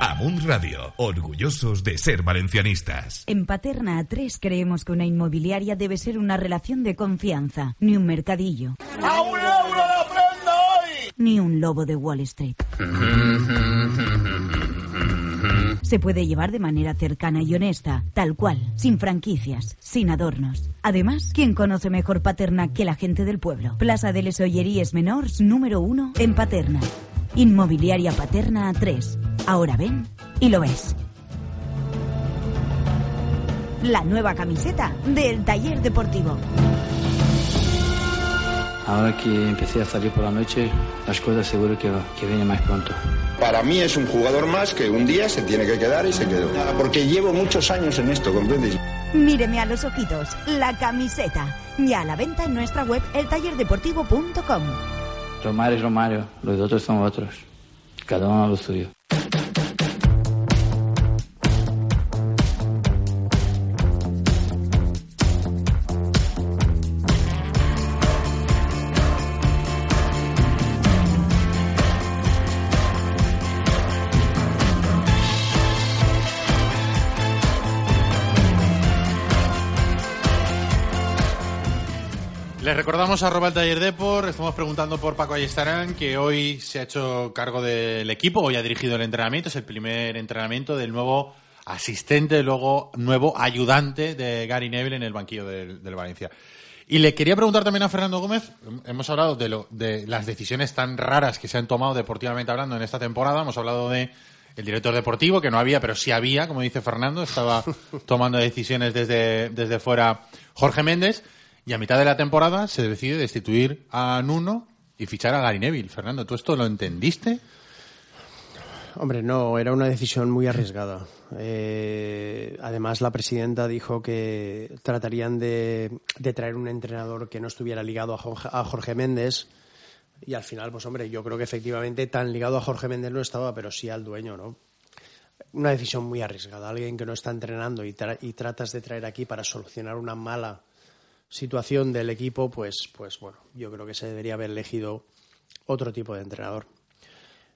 S11: Amun Radio, orgullosos de ser valencianistas.
S2: En Paterna A3 creemos que una inmobiliaria debe ser una relación de confianza, ni un mercadillo,
S9: ¡A un euro la prenda hoy!
S2: ni un lobo de Wall Street. Se puede llevar de manera cercana y honesta, tal cual, sin franquicias, sin adornos. Además, ¿quién conoce mejor Paterna que la gente del pueblo? Plaza de les Olleries Menors número 1 en Paterna. Inmobiliaria Paterna a 3. Ahora ven y lo ves. La nueva camiseta del taller deportivo.
S5: Ahora que empecé a salir por la noche, las cosas seguro que, que vienen más pronto.
S12: Para mí es un jugador más que un día se tiene que quedar y se quedó. Porque llevo muchos años en esto, ¿comprendes?
S2: Míreme a los ojitos, la camiseta. Ya a la venta en nuestra web eltallerdeportivo.com.
S5: Romario es Romario, los otros son otros. Cada uno a lo suyo.
S3: Les recordamos arroba el taller Depor, estamos preguntando por Paco Ayestarán, que hoy se ha hecho cargo del equipo, hoy ha dirigido el entrenamiento, es el primer entrenamiento del nuevo asistente, luego nuevo ayudante de Gary Neville en el banquillo del, del Valencia. Y le quería preguntar también a Fernando Gómez, hemos hablado de, lo, de las decisiones tan raras que se han tomado deportivamente hablando en esta temporada, hemos hablado de el director deportivo, que no había, pero sí había, como dice Fernando, estaba tomando decisiones desde, desde fuera Jorge Méndez. Y a mitad de la temporada se decide destituir a Nuno y fichar a Gary Neville. Fernando, ¿tú esto lo entendiste?
S6: Hombre, no, era una decisión muy arriesgada. Eh, además, la presidenta dijo que tratarían de, de traer un entrenador que no estuviera ligado a Jorge, a Jorge Méndez. Y al final, pues hombre, yo creo que efectivamente tan ligado a Jorge Méndez no estaba, pero sí al dueño, ¿no? Una decisión muy arriesgada. Alguien que no está entrenando y, tra- y tratas de traer aquí para solucionar una mala situación del equipo, pues, pues bueno, yo creo que se debería haber elegido otro tipo de entrenador.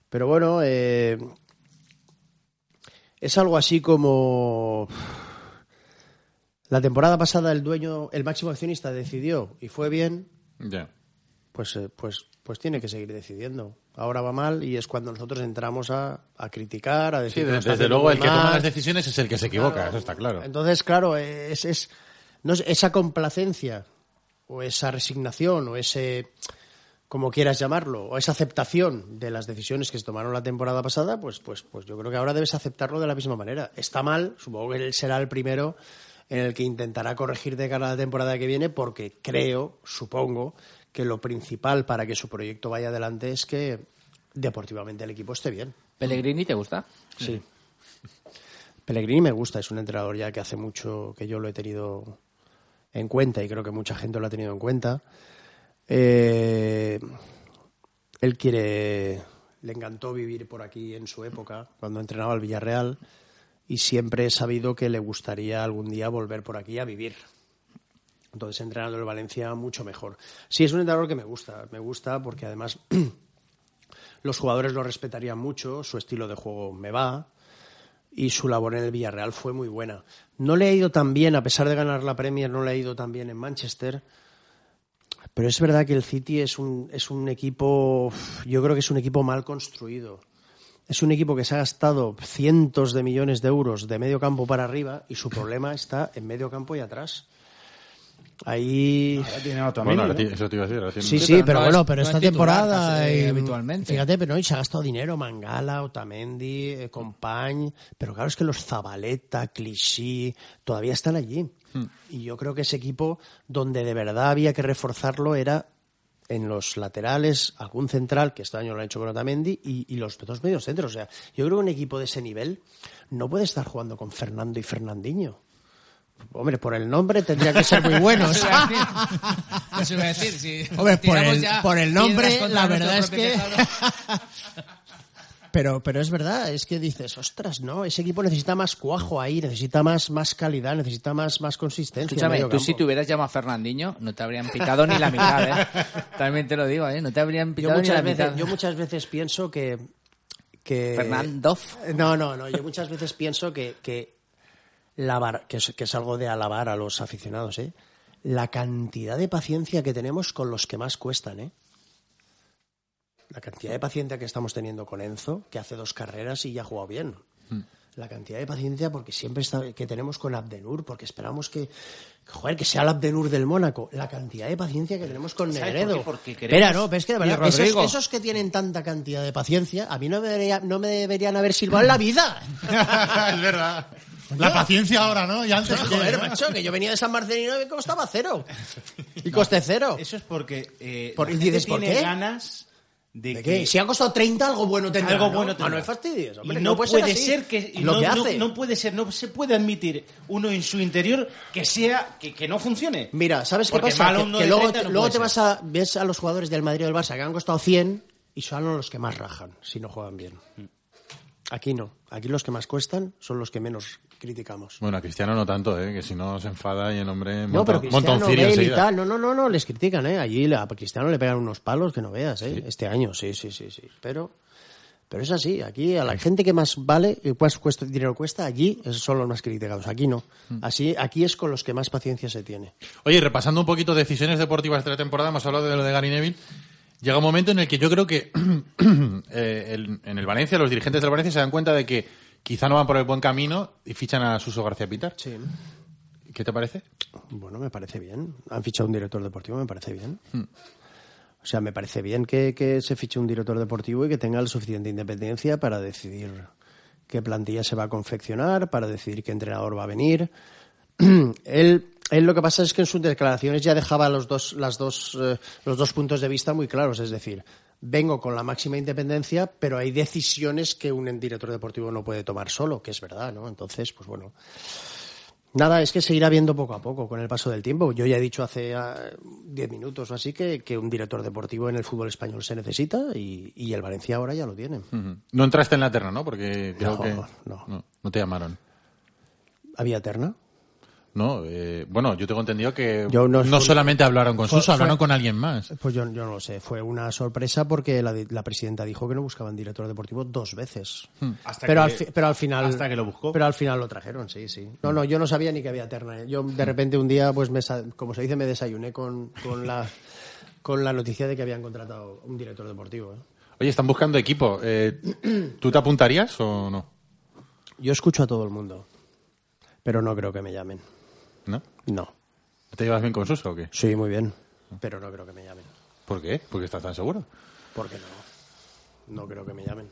S6: Pero bueno, eh, es algo así como la temporada pasada el dueño, el máximo accionista decidió y fue bien,
S3: Ya.
S6: pues, eh, pues, pues tiene que seguir decidiendo. Ahora va mal y es cuando nosotros entramos a, a criticar, a
S3: Sí,
S6: decir. que
S3: de-
S6: lo está
S3: desde,
S6: haciendo
S3: luego el
S6: muy
S3: que toma
S6: mal.
S3: las decisiones es el que se equivoca, eso está claro.
S6: Entonces, claro, es, es- no sé, esa complacencia o esa resignación o ese, como quieras llamarlo, o esa aceptación de las decisiones que se tomaron la temporada pasada, pues, pues, pues yo creo que ahora debes aceptarlo de la misma manera. Está mal, supongo que él será el primero en el que intentará corregir de cara a la temporada que viene porque creo, supongo,
S7: que lo principal para que su proyecto vaya adelante es que deportivamente el equipo esté bien.
S5: ¿Pellegrini te gusta?
S7: Sí. Pellegrini me gusta, es un entrenador ya que hace mucho que yo lo he tenido en cuenta y creo que mucha gente lo ha tenido en cuenta. Eh, él quiere, le encantó vivir por aquí en su época, cuando entrenaba al Villarreal, y siempre he sabido que le gustaría algún día volver por aquí a vivir. Entonces, entrenando el Valencia, mucho mejor. Sí, es un entrenador que me gusta, me gusta porque además los jugadores lo respetarían mucho, su estilo de juego me va y su labor en el Villarreal fue muy buena. No le ha ido tan bien, a pesar de ganar la Premier, no le ha ido tan bien en Manchester, pero es verdad que el City es un, es un equipo, uf, yo creo que es un equipo mal construido. Es un equipo que se ha gastado cientos de millones de euros de medio campo para arriba y su problema está en medio campo y atrás. Ahí.
S3: Bueno, ahora ti- eso te iba a decir. ahora tiene-
S7: Sí, sí, pero bueno, pero
S6: esta temporada eh,
S5: habitualmente.
S6: Fíjate, pero no, y se ha gastado dinero Mangala, Otamendi, eh, Compañ, pero claro es que los Zabaleta, Clichy, todavía están allí. Y yo creo que ese equipo donde de verdad había que reforzarlo era en los laterales, algún central, que este año lo han hecho con Otamendi, y, y los dos medios centros. O sea, yo creo que un equipo de ese nivel no puede estar jugando con Fernando y Fernandinho. Hombre, por el nombre tendría que ser muy buenos.
S8: Eso iba a decir. Eso iba a decir, Ah, sí.
S6: Hombre, por
S8: Tiramos
S6: el-
S8: ya
S6: por el
S8: piedras
S6: nombre,
S8: contra
S6: la
S8: nuestro
S6: verdad es
S8: propio
S6: que-
S8: tejado.
S6: Pero, pero es verdad, es que dices, ostras, no, ese equipo necesita más cuajo ahí, necesita más, más calidad, necesita más, más consistencia. en
S5: Escúchame,
S6: medio
S5: tú
S6: campo.
S5: si te hubieras llamado Fernandinho, no te habrían pitado ni la mitad, ¿eh? También te lo digo, ¿eh? No te habrían
S6: yo,
S5: pitado ni la
S6: muchas veces,
S5: mitad.
S6: yo muchas veces pienso que. que
S5: Fernandov.
S6: No, no, no, yo muchas veces pienso que. que lavar, que es, que es algo de alabar a los aficionados, ¿eh? La cantidad de paciencia que tenemos con los que más cuestan, ¿eh? La cantidad de paciencia que estamos teniendo con Enzo, que hace dos carreras y ya ha jugado bien. la cantidad de paciencia porque siempre está, que tenemos con Abdenur, porque esperamos que, joder, que sea el Abdenur del Mónaco, la cantidad de paciencia que tenemos con
S4: ¿Sabes
S6: Negredo.
S4: por qué? Porque queremos-
S6: Espera, no, pero es que de
S4: Y
S6: verdad, esos,
S4: Rodrigo.
S6: esos que tienen tanta cantidad de paciencia, a mí no me, debería- no me deberían haber silbado en la vida.
S3: es verdad. La paciencia ahora, ¿no? Y antes que-
S6: Joder, macho, que yo venía de San Marcelino y costaba cero. Y coste cero.
S4: Eso es porque eh,
S6: Por-
S4: la
S6: y
S4: gente
S6: dices, ¿por
S4: tiene
S6: qué?
S4: ganas de,
S6: ¿De
S4: que
S6: qué? Si ha costado 30, algo bueno tendrá.
S4: algo
S6: ¿no?
S4: bueno
S6: Ah, no
S4: tendrá.
S6: es fastidies.
S4: Y
S6: hombre,
S4: no,
S6: no
S4: puede
S6: puede
S4: ser,
S6: ser así.
S4: que
S6: Lo
S4: no,
S6: que
S4: no-
S6: hace.
S4: no puede ser, no se puede admitir uno en su interior que sea que, que no funcione.
S6: Mira, ¿sabes qué
S4: Porque
S6: pasa?
S4: malo
S6: Que,
S4: uno
S6: que
S4: de
S6: luego,
S4: 30
S6: te-
S4: no
S6: luego
S4: puede
S6: te
S4: ser.
S6: vas a ves a los jugadores del Madrid o del Barça que han costado 100 y son los que más rajan si no juegan bien.
S4: Mm.
S6: Aquí no. Aquí los que más cuestan son los que menos criticamos.
S3: Bueno, a Cristiano no tanto, ¿eh? Que si no se enfada y el hombre
S6: No,
S3: monta,
S6: pero
S3: monta
S6: Cristiano,
S3: un cirio
S6: Bale y
S3: enseguida.
S6: tal. No, no, no, no, les critican, ¿eh? Allí a Cristiano le pegan unos palos que no veas, ¿eh? Este año, sí, sí, sí, sí. Pero, pero es así. Aquí a la gente que más vale, eh, más cuesta, dinero cuesta, allí son los más criticados. Aquí no.
S3: Mm.
S6: Así, aquí es con los que más paciencia se tiene.
S3: Oye, repasando un poquito decisiones deportivas de la temporada, hemos hablado de lo de Gary Neville. Llega un momento en el que yo creo que eh, el- en el Valencia, los dirigentes del Valencia se dan cuenta de que quizá no van por el buen camino y fichan a Suso García Pitar.
S6: Sí.
S3: ¿Qué te parece?
S6: Bueno, me parece bien. Han fichado un director deportivo, me parece bien. O sea, me parece bien que, que se fiche un director deportivo y que tenga la suficiente independencia para decidir qué plantilla se va a confeccionar, para decidir qué entrenador va a venir. él, él lo que pasa es que en sus declaraciones ya dejaba los dos, las dos, eh, los dos puntos de vista muy claros. Es decir, vengo con la máxima independencia, pero hay decisiones que un director deportivo no puede tomar solo, que es verdad, ¿no? Entonces, pues bueno. Nada, es que se irá viendo poco a poco con el paso del tiempo. Yo ya he dicho hace ah, 10 minutos o así que, que un director deportivo en el fútbol español se necesita y, y el Valencia ahora ya lo tiene.
S3: Ujú. No entraste en la terna, ¿no? Porque creo
S6: No,
S3: que
S6: no.
S3: no, no te llamaron.
S6: ¿Había terna?
S3: No, eh, bueno, yo tengo entendido que
S6: Yo
S3: no,
S6: no-
S3: solamente hablaron con
S6: Fue-
S3: Suso, hablaron
S6: fue-
S3: con alguien más.
S6: Pues yo, yo no lo sé. Fue una sorpresa porque la, di- la presidenta dijo que no buscaban director deportivo dos veces.
S4: Hasta
S6: Pero,
S4: que-
S6: al fi- pero al final.
S4: hasta que lo buscó.
S6: Pero al final lo trajeron, sí, sí. No, no, yo no sabía ni que había terna. ¿eh? Yo de
S4: Hmm.
S6: repente un día, pues me sa- como se dice, me desayuné con, con la con la noticia de que habían contratado un director deportivo. ¿eh?
S3: Oye, están buscando equipo. Eh, ¿Tú te apuntarías o no?
S6: Yo escucho a todo el mundo, pero no creo que me llamen.
S3: ¿No?
S6: No.
S3: ¿Te llevas bien con Suso o qué?
S6: Sí, muy bien. Pero no creo que me llamen.
S3: ¿Por qué? Porque estás tan seguro.
S6: ¿Por qué no? No creo que me llamen.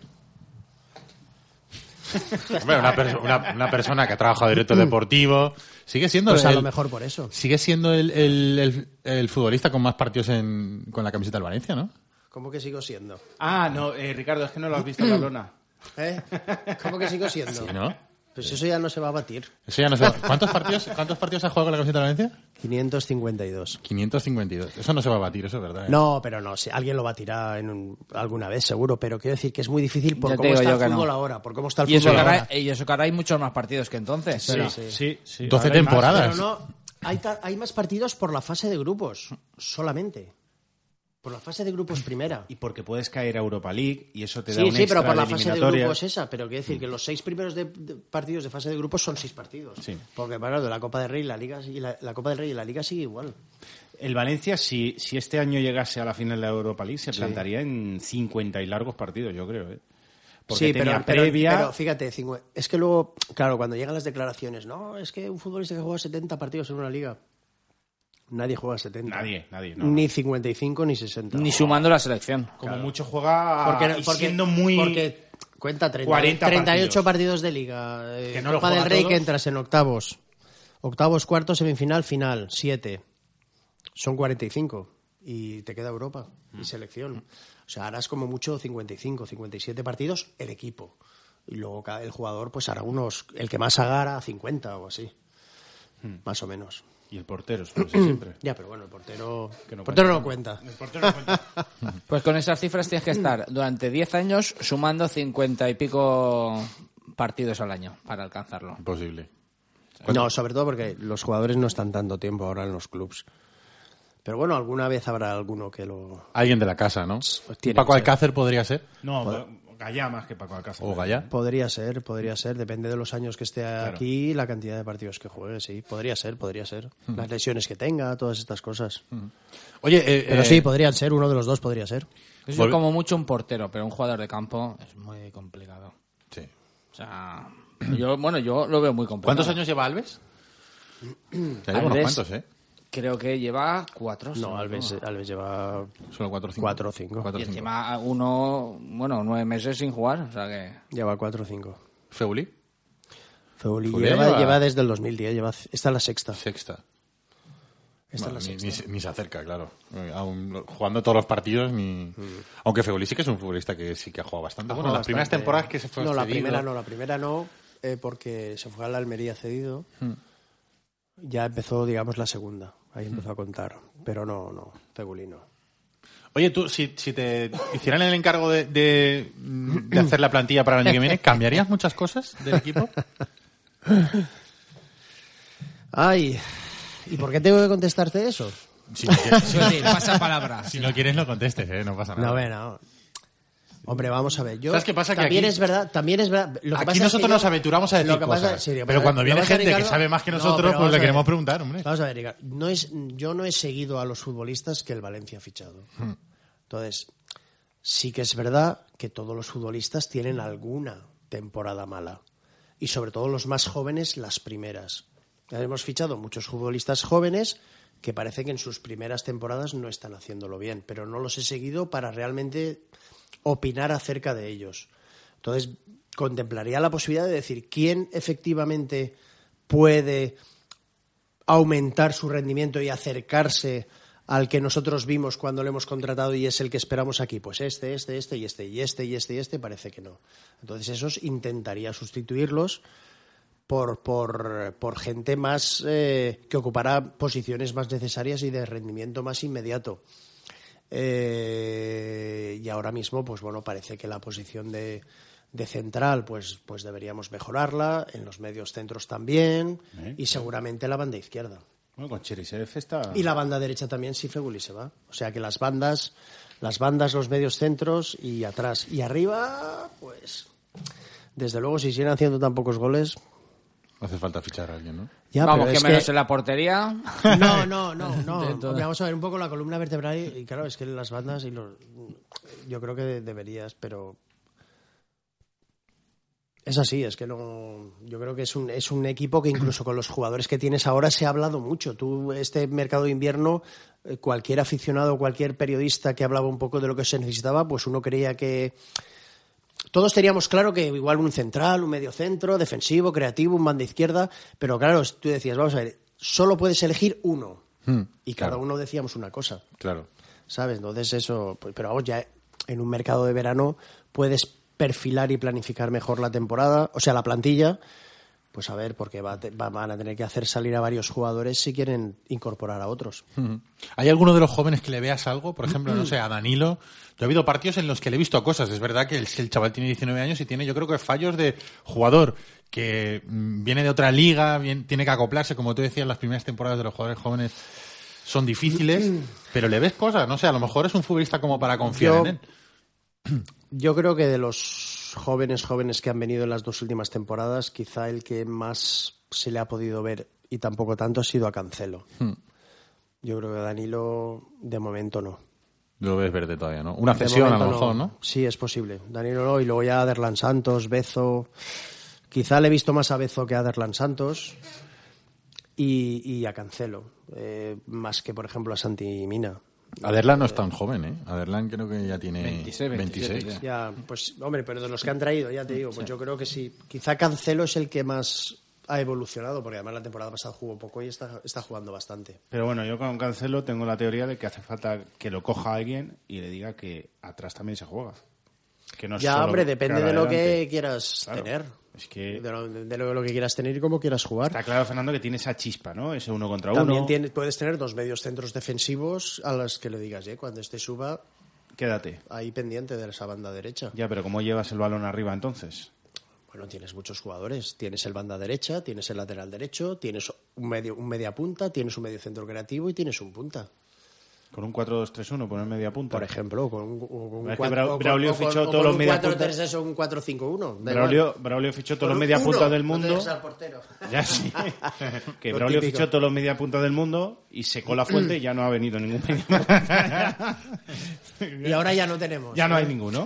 S3: Hombre, una, perso- una- una persona que ha trabajado directo deportivo. Sigue siendo
S6: Mm. Pues a
S3: el-
S6: lo mejor por eso.
S3: Sigue siendo el, el- el- el futbolista con más partidos en- con la camiseta del Valencia, ¿no?
S6: ¿Cómo que sigo siendo?
S4: Ah, no, eh, Ricardo, es que no lo has visto en la lona.
S6: ¿Eh? ¿Cómo que sigo siendo?
S3: Sí, ¿no?
S6: Pues eso ya no se va a batir.
S3: Eso ya no se va- ¿Cuántos partidos, ¿Cuántos partidos ha jugado con la camiseta del Valencia?
S6: 552.
S3: 552. Eso no se va a batir, eso es verdad. ¿eh?
S6: No, pero no, si alguien lo batirá en un- alguna vez seguro, pero quiero decir que es muy difícil por
S5: Ya te
S6: cómo
S5: digo
S6: está el
S5: yo que no.
S6: fútbol ahora, por cómo está el
S5: y eso
S6: fútbol
S5: que ahora-
S6: ahora.
S5: y eso que ahora hay muchos más partidos que entonces.
S6: Sí,
S5: Pero-
S6: sí.
S4: sí.
S3: 12
S6: Ahora hay
S3: temporadas.
S6: más, pero no, hay, ta- hay más partidos por la fase de grupos, solamente. Por la fase de grupos primera.
S4: Y porque puedes caer a Europa League y eso te da
S6: Sí,
S4: un
S6: sí,
S4: extra
S6: pero por la
S4: de
S6: fase de
S4: eliminatoria.
S6: grupos esa. Pero quiero decir que los seis primeros de- de partidos de fase de grupos son seis partidos.
S4: Sí.
S6: Porque, bueno, de la Copa del Rey y la Liga, y la, la Copa del Rey y la Liga sigue igual.
S4: El Valencia, si, si este año llegase a la final de la Europa League, se plantaría en 50 y largos partidos, yo creo. ¿eh? Porque tenía previa...
S6: pero fíjate, cincu- es que luego, claro, cuando llegan las declaraciones, no, es que un futbolista que juega 70 partidos en una liga, nadie juega 70.
S4: Nadie, nadie. no,
S6: Ni 55 ni 60.
S5: Ni sumando la selección.
S4: Como mucho juega
S6: Porque-
S4: Ah, y
S6: porque-
S4: siendo muy...
S6: porque cuenta 30,
S4: 40
S6: 38 partidos. de liga. eh,
S4: Que no lo
S6: Copa del
S4: juega
S6: Rey
S4: todos.
S6: que entras en octavos. Octavos, cuartos, semifinal, final, 7. Son 45 y te queda Europa
S4: Mm.
S6: y selección. O sea, harás como mucho 55, 57 partidos el equipo. Y luego cada- el jugador pues hará unos, el que más haga hará 50 o así.
S4: Mm.
S6: Más o menos.
S4: Y el portero, suele ser siempre.
S6: Ya, pero bueno, el portero,
S4: Que no
S6: portero no
S4: cuenta.
S6: cuenta.
S4: El portero no cuenta.
S5: Pues con esas cifras tienes que estar durante 10 años sumando 50 y pico partidos al año para alcanzarlo.
S3: Imposible.
S6: No, sobre todo porque los jugadores no están tanto tiempo ahora en los clubs. Pero bueno, alguna vez habrá alguno que lo...
S3: Alguien de la casa, ¿no?
S6: Pues tiene
S3: Paco
S6: que ser.
S3: Alcácer podría ser.
S4: No, Gallá más que Paco Alcázar.
S3: O Gallá.
S6: Podría ser, podría ser. Depende de los años que esté
S4: Claro.
S6: aquí, la cantidad de partidos que juegue, sí. Podría ser, podría ser. Las lesiones que tenga, todas estas cosas.
S3: Oye, eh,
S6: Pero
S3: eh,
S6: sí, podrían ser. Uno de los dos podría ser.
S5: Es
S3: Volve-
S5: como mucho un portero, pero un jugador de campo es muy complicado.
S3: Sí.
S5: O sea, yo, bueno, yo lo veo muy complicado.
S6: Pues
S3: ¿Cuántos años lleva Alves? Ya lleva unos
S5: Alves-
S3: cuantos, ¿eh?
S5: Creo que lleva cuatro. si
S6: No,
S5: me
S6: Alves,
S5: equivoco.
S6: Alves lleva
S3: Solo cuatro o cinco.
S6: cuatro o cinco.
S3: Cuatro
S5: Y
S3: o cinco.
S5: encima uno, bueno, nueve meses sin jugar. O sea que.
S6: Lleva cuatro o cinco.
S3: Feuli,
S6: Feuli
S3: Feuli
S6: lleva,
S3: lleva-
S6: lleva desde el 2010. Lleva, esta es la sexta.
S3: sexta.
S6: Esta
S3: Bueno,
S6: es la
S3: ni,
S6: sexta.
S3: ni se- ni se acerca, claro. Eh, aún lo- jugando todos los partidos, ni... Aunque Feuli sí que es un futbolista que sí que ha jugado bastante. bueno,
S6: Jugó
S3: las primeras
S6: Mm. bastante-
S3: temporadas que se fue
S6: No, la
S3: cedido.
S6: primera no, la primera no, eh, porque se fue a la Almería cedido.
S3: Hmm.
S6: Ya empezó, digamos, la segunda. Ahí empezó a contar. Pero no, no, Fegulino.
S3: Oye, tú, si, si te hicieran el encargo de, de- de hacer la plantilla para el año que viene, ¿cambiarías muchas cosas del equipo?
S6: Ay, ¿y por qué tengo que contestarte eso?
S3: Si no quieres,
S8: Jordi, pasa palabra.
S3: si no, quieres, no contestes, ¿eh? No pasa nada.
S6: No, ve, no. Hombre, vamos a ver. Yo,
S3: ¿Sabes qué pasa? Que
S6: también
S3: aquí-
S6: es verdad, también es verdad. Lo que
S3: Aquí
S6: pasa es que
S3: nosotros
S6: yo-
S3: nos aventuramos a decir
S6: lo que pasa-
S3: cosas.
S6: sí, lo que
S3: pero
S6: pasa-
S3: cuando
S6: lo
S3: viene
S6: pasa,
S3: gente que
S6: Ricardo-
S3: sabe más que
S6: No,
S3: nosotros,
S6: pero
S3: pues
S6: vamos
S3: le
S6: a ver.
S3: queremos preguntar, hombre.
S6: Vamos a ver, Ricardo, no es, yo no he seguido a los futbolistas que el Valencia ha fichado.
S3: Hmm.
S6: Entonces, sí que es verdad que todos los futbolistas tienen alguna temporada mala. Y sobre todo los más jóvenes, las primeras. Ya hemos fichado muchos futbolistas jóvenes que parece que en sus primeras temporadas no están haciéndolo bien, pero no los he seguido para realmente opinar acerca de ellos. Entonces, contemplaría la posibilidad de decir quién efectivamente puede aumentar su rendimiento y acercarse al que nosotros vimos cuando lo hemos contratado y es el que esperamos aquí. Pues este, este, este y este, y este, y este, y este, parece que no. Entonces esos intentaría sustituirlos por, por, por gente más eh, que ocupará posiciones más necesarias y de rendimiento más inmediato. Eh, y ahora mismo, pues bueno, parece que la posición de, de central, pues, pues deberíamos mejorarla, en los medios centros también,
S4: ¿Eh?
S6: y seguramente la banda izquierda.
S4: Bueno, con Cherisev está...
S6: Y la banda derecha también, si Feguli se va. O sea que las bandas, las bandas, los medios centros y atrás. Y arriba, pues, desde luego, si siguen haciendo tan pocos goles.
S3: No hace falta fichar a alguien, ¿no?
S6: Ya,
S5: Vamos,
S6: pero
S5: que
S6: es
S5: menos
S6: que-
S5: en la portería.
S6: No, no, no, no.
S5: De todo.
S6: Hombre, vamos a ver un poco la columna vertebral y, y claro, es que las bandas y los... Yo creo que de- deberías, pero... Es así, es que no... Yo creo que es un, es un equipo que incluso con los jugadores que tienes ahora se ha hablado mucho. Tú, este mercado de invierno, eh, cualquier aficionado, cualquier periodista que hablaba un poco de lo que se necesitaba, pues uno creía que todos teníamos claro que igual un central, un medio centro, defensivo, creativo, un banda izquierda, pero claro, tú decías, vamos a ver, solo puedes elegir uno. Y cada uno decíamos una cosa.
S3: Claro.
S6: ¿Sabes? Entonces eso, pues, pero vamos, ya en un mercado de verano puedes perfilar y planificar mejor la temporada, o sea, la plantilla, pues a ver, porque va- te- va- van a tener que hacer salir a varios jugadores si quieren incorporar a otros.
S3: Ujú. ¿Hay alguno de los jóvenes que le veas algo? Por ejemplo,
S6: Mm.
S3: no sé, a Danilo. Yo he habido partidos en los que le he visto cosas. Es verdad que el, el chaval tiene 19 años y tiene, yo creo que fallos de jugador que mm, viene de otra liga, bien- tiene que acoplarse. Como tú decías, las primeras temporadas de los jugadores jóvenes son difíciles, pero le ves cosas. No sé, a lo mejor es un futbolista como para confiar
S6: Mm.
S3: en
S6: Yo-
S3: él.
S6: Yo creo que de los jóvenes jóvenes que han venido en las dos últimas temporadas, quizá el que más se le ha podido ver y tampoco tanto ha sido a Cancelo. Yo creo que Danilo de momento no.
S3: Lo ves verde todavía, ¿no? Una
S6: De
S3: cesión a
S6: momento
S3: lo mejor, ¿no?
S6: Sí, es posible. Danilo no, y luego ya Derlan Santos, Bezo. Quizá le he visto más a Bezo que a Derlan Santos y, y a Cancelo, eh, más que por ejemplo a Santi Mina.
S3: Aderlan no es tan joven, ¿eh? Aderlan creo que ya tiene 26.
S6: Ya, pues hombre, pero de los que han traído, ya te digo, pues yo creo que sí. Quizá Cancelo es el que más ha evolucionado, porque además la temporada pasada jugó poco y está, está jugando bastante.
S4: Pero bueno, yo con Cancelo tengo la teoría de que hace falta que lo coja alguien y le diga que atrás también se juega. Que no es
S6: ya,
S4: solo
S6: hombre, depende
S4: cara
S6: de lo
S4: adelante.
S6: que quieras tener.
S4: Es que
S6: De lo, de lo- lo que quieras tener y cómo quieras jugar.
S4: está claro, Fernando, que tiene esa chispa, ¿no? Ese uno contra
S6: También
S4: uno.
S6: tienes- puedes tener dos medios centros defensivos a los que le digas, eh, cuando este suba,
S4: Quédate.
S6: ahí pendiente de esa banda derecha.
S4: Ya, pero ¿cómo llevas el balón arriba entonces?
S6: Bueno, tienes muchos jugadores. Tienes el banda derecha, tienes el lateral derecho, tienes un medio, un media punta, tienes un medio centro creativo y tienes un punta.
S4: Con un 4-2-3-1, poner media punta. Por
S6: ejemplo, con un, o con un
S4: Es que
S6: cuatro-
S4: Bra-
S6: o con-
S4: Braulio
S6: o con-
S4: fichó
S6: o con
S4: todos los
S6: un
S4: media
S6: 4-3-3 o un 4-5-1. da igual.
S4: Braulio, Braulio fichó
S6: Con
S4: todos los
S6: un
S4: media
S6: uno,
S4: punta del
S6: no
S4: mundo.
S6: tengas al portero.
S4: Ya sí. que
S6: Lo
S4: Braulio
S6: típico.
S4: fichó todos los media punta del mundo y secó la fuente y ya no ha venido ningún media punta.
S6: Y ahora ya no tenemos.
S4: Ya no hay ninguno.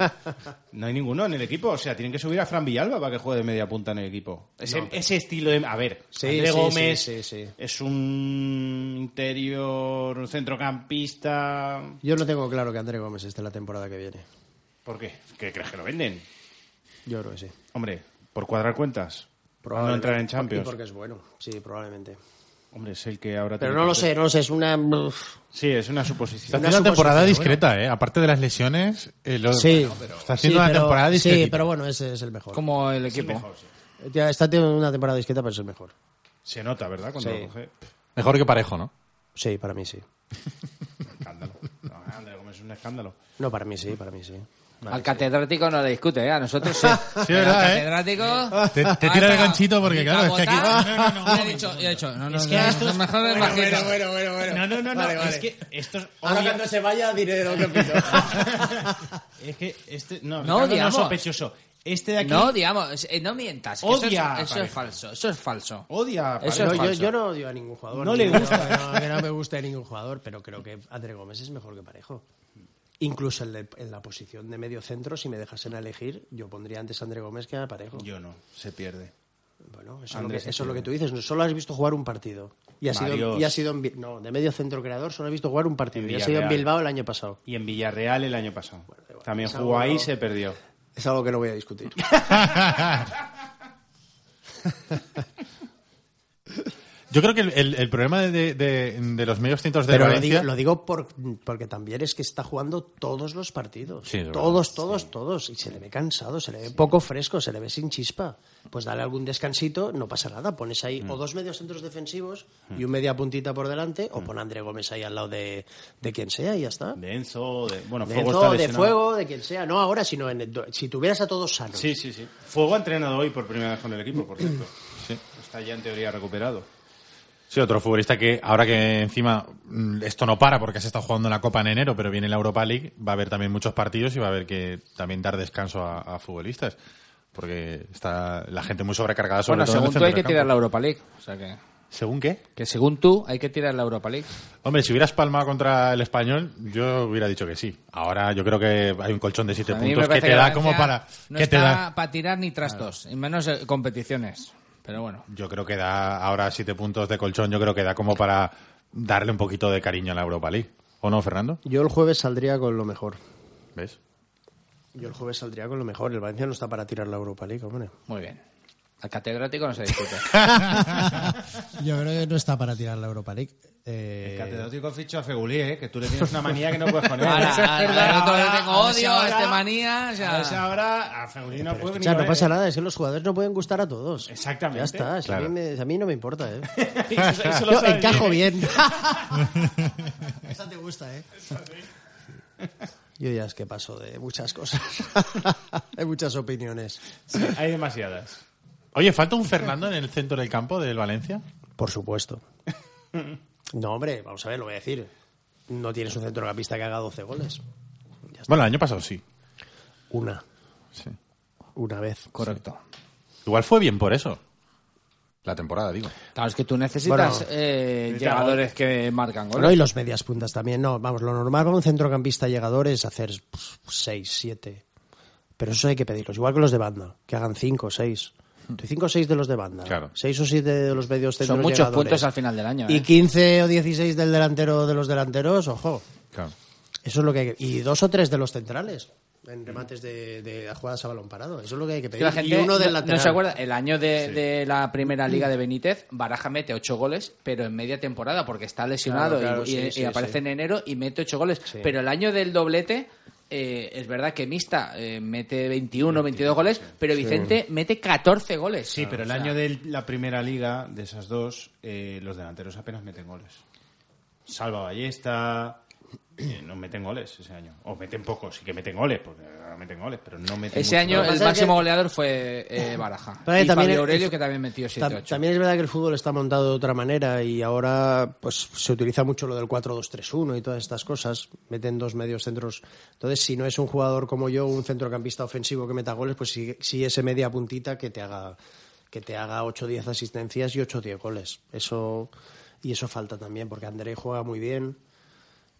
S4: No hay ninguno en el equipo. O sea, tienen que subir a Fran Villalba para que juegue de media punta en el equipo. Ese,
S6: No.
S4: ese estilo de... A ver,
S6: Sí,
S4: André
S6: sí, sí,
S4: Gómez
S6: sí, sí.
S4: es un interior, un centrocampista...
S6: Yo no tengo claro que André Gómez esté la temporada que viene.
S4: ¿Por qué? ¿Qué crees que lo venden?
S6: Yo creo que sí.
S4: Hombre, por cuadrar cuentas. Para no
S6: Probablemente.
S4: entrar en
S6: Y
S4: Champions.
S6: porque es bueno. Sí, probablemente.
S4: Hombre, es el que ahora...
S6: Pero
S4: tiene
S6: no
S4: que
S6: lo
S4: hacer-
S6: sé, no lo sé. Es una...
S4: Sí, es una suposición.
S3: Está haciendo una temporada discreta, ¿eh? Aparte de las lesiones, eh, lo-
S6: Sí.
S3: bueno, pero está haciendo
S6: Sí,
S3: una
S6: pero-
S3: temporada
S6: sí,
S3: discreta.
S6: pero bueno, ese es el mejor.
S5: Como el equipo.
S6: Ya está teniendo una temporada discreta, pero es el mejor.
S4: Se nota, ¿verdad? Cuando
S6: Sí.
S4: lo coge.
S3: Mejor que parejo, ¿no?
S6: Sí, para mí sí.
S4: Escándalo. No, André Gómez es un escándalo.
S6: No, para mí sí, para mí sí.
S5: Al catedrático no le discute, ¿eh? A nosotros sí.
S3: Sí, verdad,
S5: Al
S3: ¿eh?
S5: catedrático...
S3: Te, te tira el
S5: Hasta-
S3: ganchito porque, claro, es que aquí...
S5: Botar, y ha dicho, y ha dicho, no, no,
S8: Es
S5: no,
S8: que
S5: no,
S8: esto
S5: lo
S8: es-
S5: mejor es
S8: bueno,
S5: bajito.
S8: bueno, bueno, bueno, bueno.
S4: No, no, no, no,
S8: Vale,
S4: es
S8: vale.
S4: que esto es
S6: Ahora
S4: obvio-
S6: cuando se vaya diré de lo que opino.
S4: Es que este no,
S5: No
S4: Ricardo no es
S5: odiamos.
S4: sospechoso. Este de aquí
S5: No, digamos, eh, no mientas. que eso es-
S4: Odia a
S5: eso, es
S4: Pareja.
S5: falso, eso es falso.
S4: odia a Pareja.
S5: Eso
S6: No,
S5: es
S6: yo,
S5: falso.
S6: yo no odio a ningún jugador.
S4: No
S6: ni
S4: le
S6: digo
S4: gusta.
S6: Que no, que no me guste ningún jugador, pero creo que André Gómez es mejor que Parejo. Incluso en, la- en la posición de medio centro, si me dejasen a elegir, yo pondría antes a André Gómez que a Parejo.
S4: Yo no, se pierde.
S6: Bueno, eso, es lo que,
S4: Andrés
S6: eso es lo
S4: Etienne.
S6: que tú dices. no, Solo has visto jugar un partido. Y ha sido,
S4: Varios.
S6: y ha sido en Bi- no, de medio centro creador, solo has visto jugar un partido.
S4: En
S6: Y ha sido en
S4: Villarreal.
S6: Bilbao el año pasado.
S4: Y en Villarreal el año pasado. También
S6: es
S4: jugó
S6: algo-
S4: ahí y se perdió.
S6: Es algo que no voy a discutir.
S3: Yo creo que el, el- el problema de, de- de- de los medios centros de
S6: Pero lo
S3: Valencia...
S6: digo, lo digo por- porque también es que está jugando todos los partidos.
S3: Sí, es verdad,
S6: todos, todos, todos. Y se le ve cansado, se le ve poco fresco, se le ve sin chispa. Pues dale algún descansito, no pasa nada. Pones ahí o dos medios centros defensivos y un media puntita por delante, o pon a André Gómez ahí al lado de, de quien sea y ya está.
S4: De Enzo, de bueno,
S6: De,
S4: Fuego
S6: Enzo,
S4: está
S6: de
S4: lesionado.
S6: fuego, de quien sea. No ahora, sino en el do- si tuvieras a todos sanos.
S4: Sí, sí, sí. Fuego ha entrenado hoy por primera vez con el equipo, por cierto. Está ya en teoría recuperado.
S3: Sí, otro futbolista que ahora que encima mm, esto no para porque se está jugando la Copa en enero, pero viene la Europa League, va a haber también muchos partidos y va a haber que también dar descanso a, a futbolistas. Porque está la gente muy sobrecargada sobre
S5: Bueno,
S3: todo en el
S5: según tú
S3: centro
S5: hay que
S3: del campo.
S5: tirar la Europa League. O sea que,
S3: ¿Según qué?
S5: que según tú hay que tirar la Europa League.
S3: Hombre, si hubieras palmado contra el español, yo hubiera dicho que sí. Ahora yo creo que hay un colchón de siete
S5: A mí me
S3: puntos que
S5: parece
S3: te da
S5: Valencia
S3: como para...
S5: No
S3: que te
S5: está
S3: da,
S5: para tirar ni trastos, y menos eh, competiciones. Pero bueno.
S3: yo creo que da ahora siete puntos de colchón, yo creo que da como para darle un poquito de cariño a la Europa League. ¿O no, Fernando?
S6: Yo el jueves saldría con lo mejor.
S3: ¿Ves?
S7: Yo el jueves saldría con lo mejor. El Valencia no está para tirar la Europa League, hombre.
S5: Muy bien. Al catedrático no se discute.
S6: Yo creo que no está para tirar la Europa League. Eh,
S4: El catedrático fichó a Fegulí, ¿eh? que tú le tienes una manía que no puedes poner.
S5: Ahora,
S4: Eso es
S5: ahora,
S4: verdad.
S5: ahora todavía
S4: Ahora,
S5: tengo
S4: a
S5: odio,
S4: esa
S5: a este manía,
S4: A
S5: ya.
S4: esa hora, a Fegulí no puede
S6: o
S4: ni
S6: sea, no
S4: ver.
S6: pasa nada, es que los jugadores no pueden gustar a todos.
S4: Exactamente.
S6: Ya está, si
S4: Claro.
S6: a, mí me- a mí no me importa, ¿eh?
S4: Eso- eso lo
S6: Yo
S4: sabes
S6: encajo
S4: bien,
S6: bien.
S4: ¿eh?
S6: Esa te gusta, ¿eh? Yo ya es que paso de muchas cosas. Hay muchas opiniones.
S4: Hay demasiadas.
S3: Oye, ¿falta un Fernando en el centro del campo del Valencia?
S7: Por supuesto. No, hombre, vamos a ver, lo voy a decir. No tienes un centrocampista que haga 12 goles.
S3: Bueno, el año pasado sí.
S7: Una.
S3: Sí.
S7: Una vez.
S5: Correcto.
S3: Igual fue bien por eso. La temporada, digo.
S5: Claro, es que tú necesitas
S3: Bueno.
S5: eh,
S3: Necesita
S5: llegadores que marcan goles.
S6: Bueno, y los medias puntas también. No, vamos, lo normal para un centrocampista llegador es hacer 6, 7. Pero eso hay que pedirlos. Igual que los de banda, que hagan 5, 6. 5 o 6 de los de banda. 6 o 7 de los medios centros
S5: Hmm. Son muchos
S6: llegadores.
S5: puntos al final del año.
S6: Y
S5: ¿eh?
S6: 15 o 16 del delantero de los delanteros, ojo.
S3: Claro.
S6: Eso es lo que hay que... Y dos o tres de los centrales en remates de, de jugadas a balón parado. Eso es lo que hay que
S5: Es
S6: pedir.
S5: que la gente
S6: y uno del
S5: no,
S6: lateral.
S5: no se acuerda, el año de, de la primera liga de Benítez, Baraja mete ocho goles, pero en media temporada, porque está lesionado
S6: Claro, claro,
S5: y,
S6: sí,
S5: y-
S6: sí,
S5: y aparece
S6: sí.
S5: en enero y mete ocho goles. Pero el año del doblete, eh, es verdad que Mista eh, mete 21, 22 goles, pero
S4: Sí.
S5: Vicente mete 14 goles.
S4: Sí, pero el año de la primera liga, de esas dos, eh, los delanteros apenas meten goles. Salva Ballesta, eh, no meten goles ese año. O meten pocos, sí que meten goles, porque ahora meten goles, pero no meten
S5: Ese
S4: mucho.
S5: año
S6: Lo que
S5: el
S6: pasa es
S5: máximo
S6: que-
S5: goleador fue eh, Baraja.
S6: Pero que
S5: y
S6: también
S5: Fabio
S6: es-
S5: Aurelio, que también metió
S6: Ta-
S5: 7-8.
S6: También es verdad que el fútbol está montado de otra manera y ahora pues se utiliza mucho lo del 4-2-3-1 y todas estas cosas. Meten dos medios centros. Entonces, si no es un jugador como yo, un centrocampista ofensivo que meta goles, pues sí, sí ese media puntita que te haga que te haga 8-10 asistencias y 8-10 goles. Eso y eso falta también porque André juega muy bien,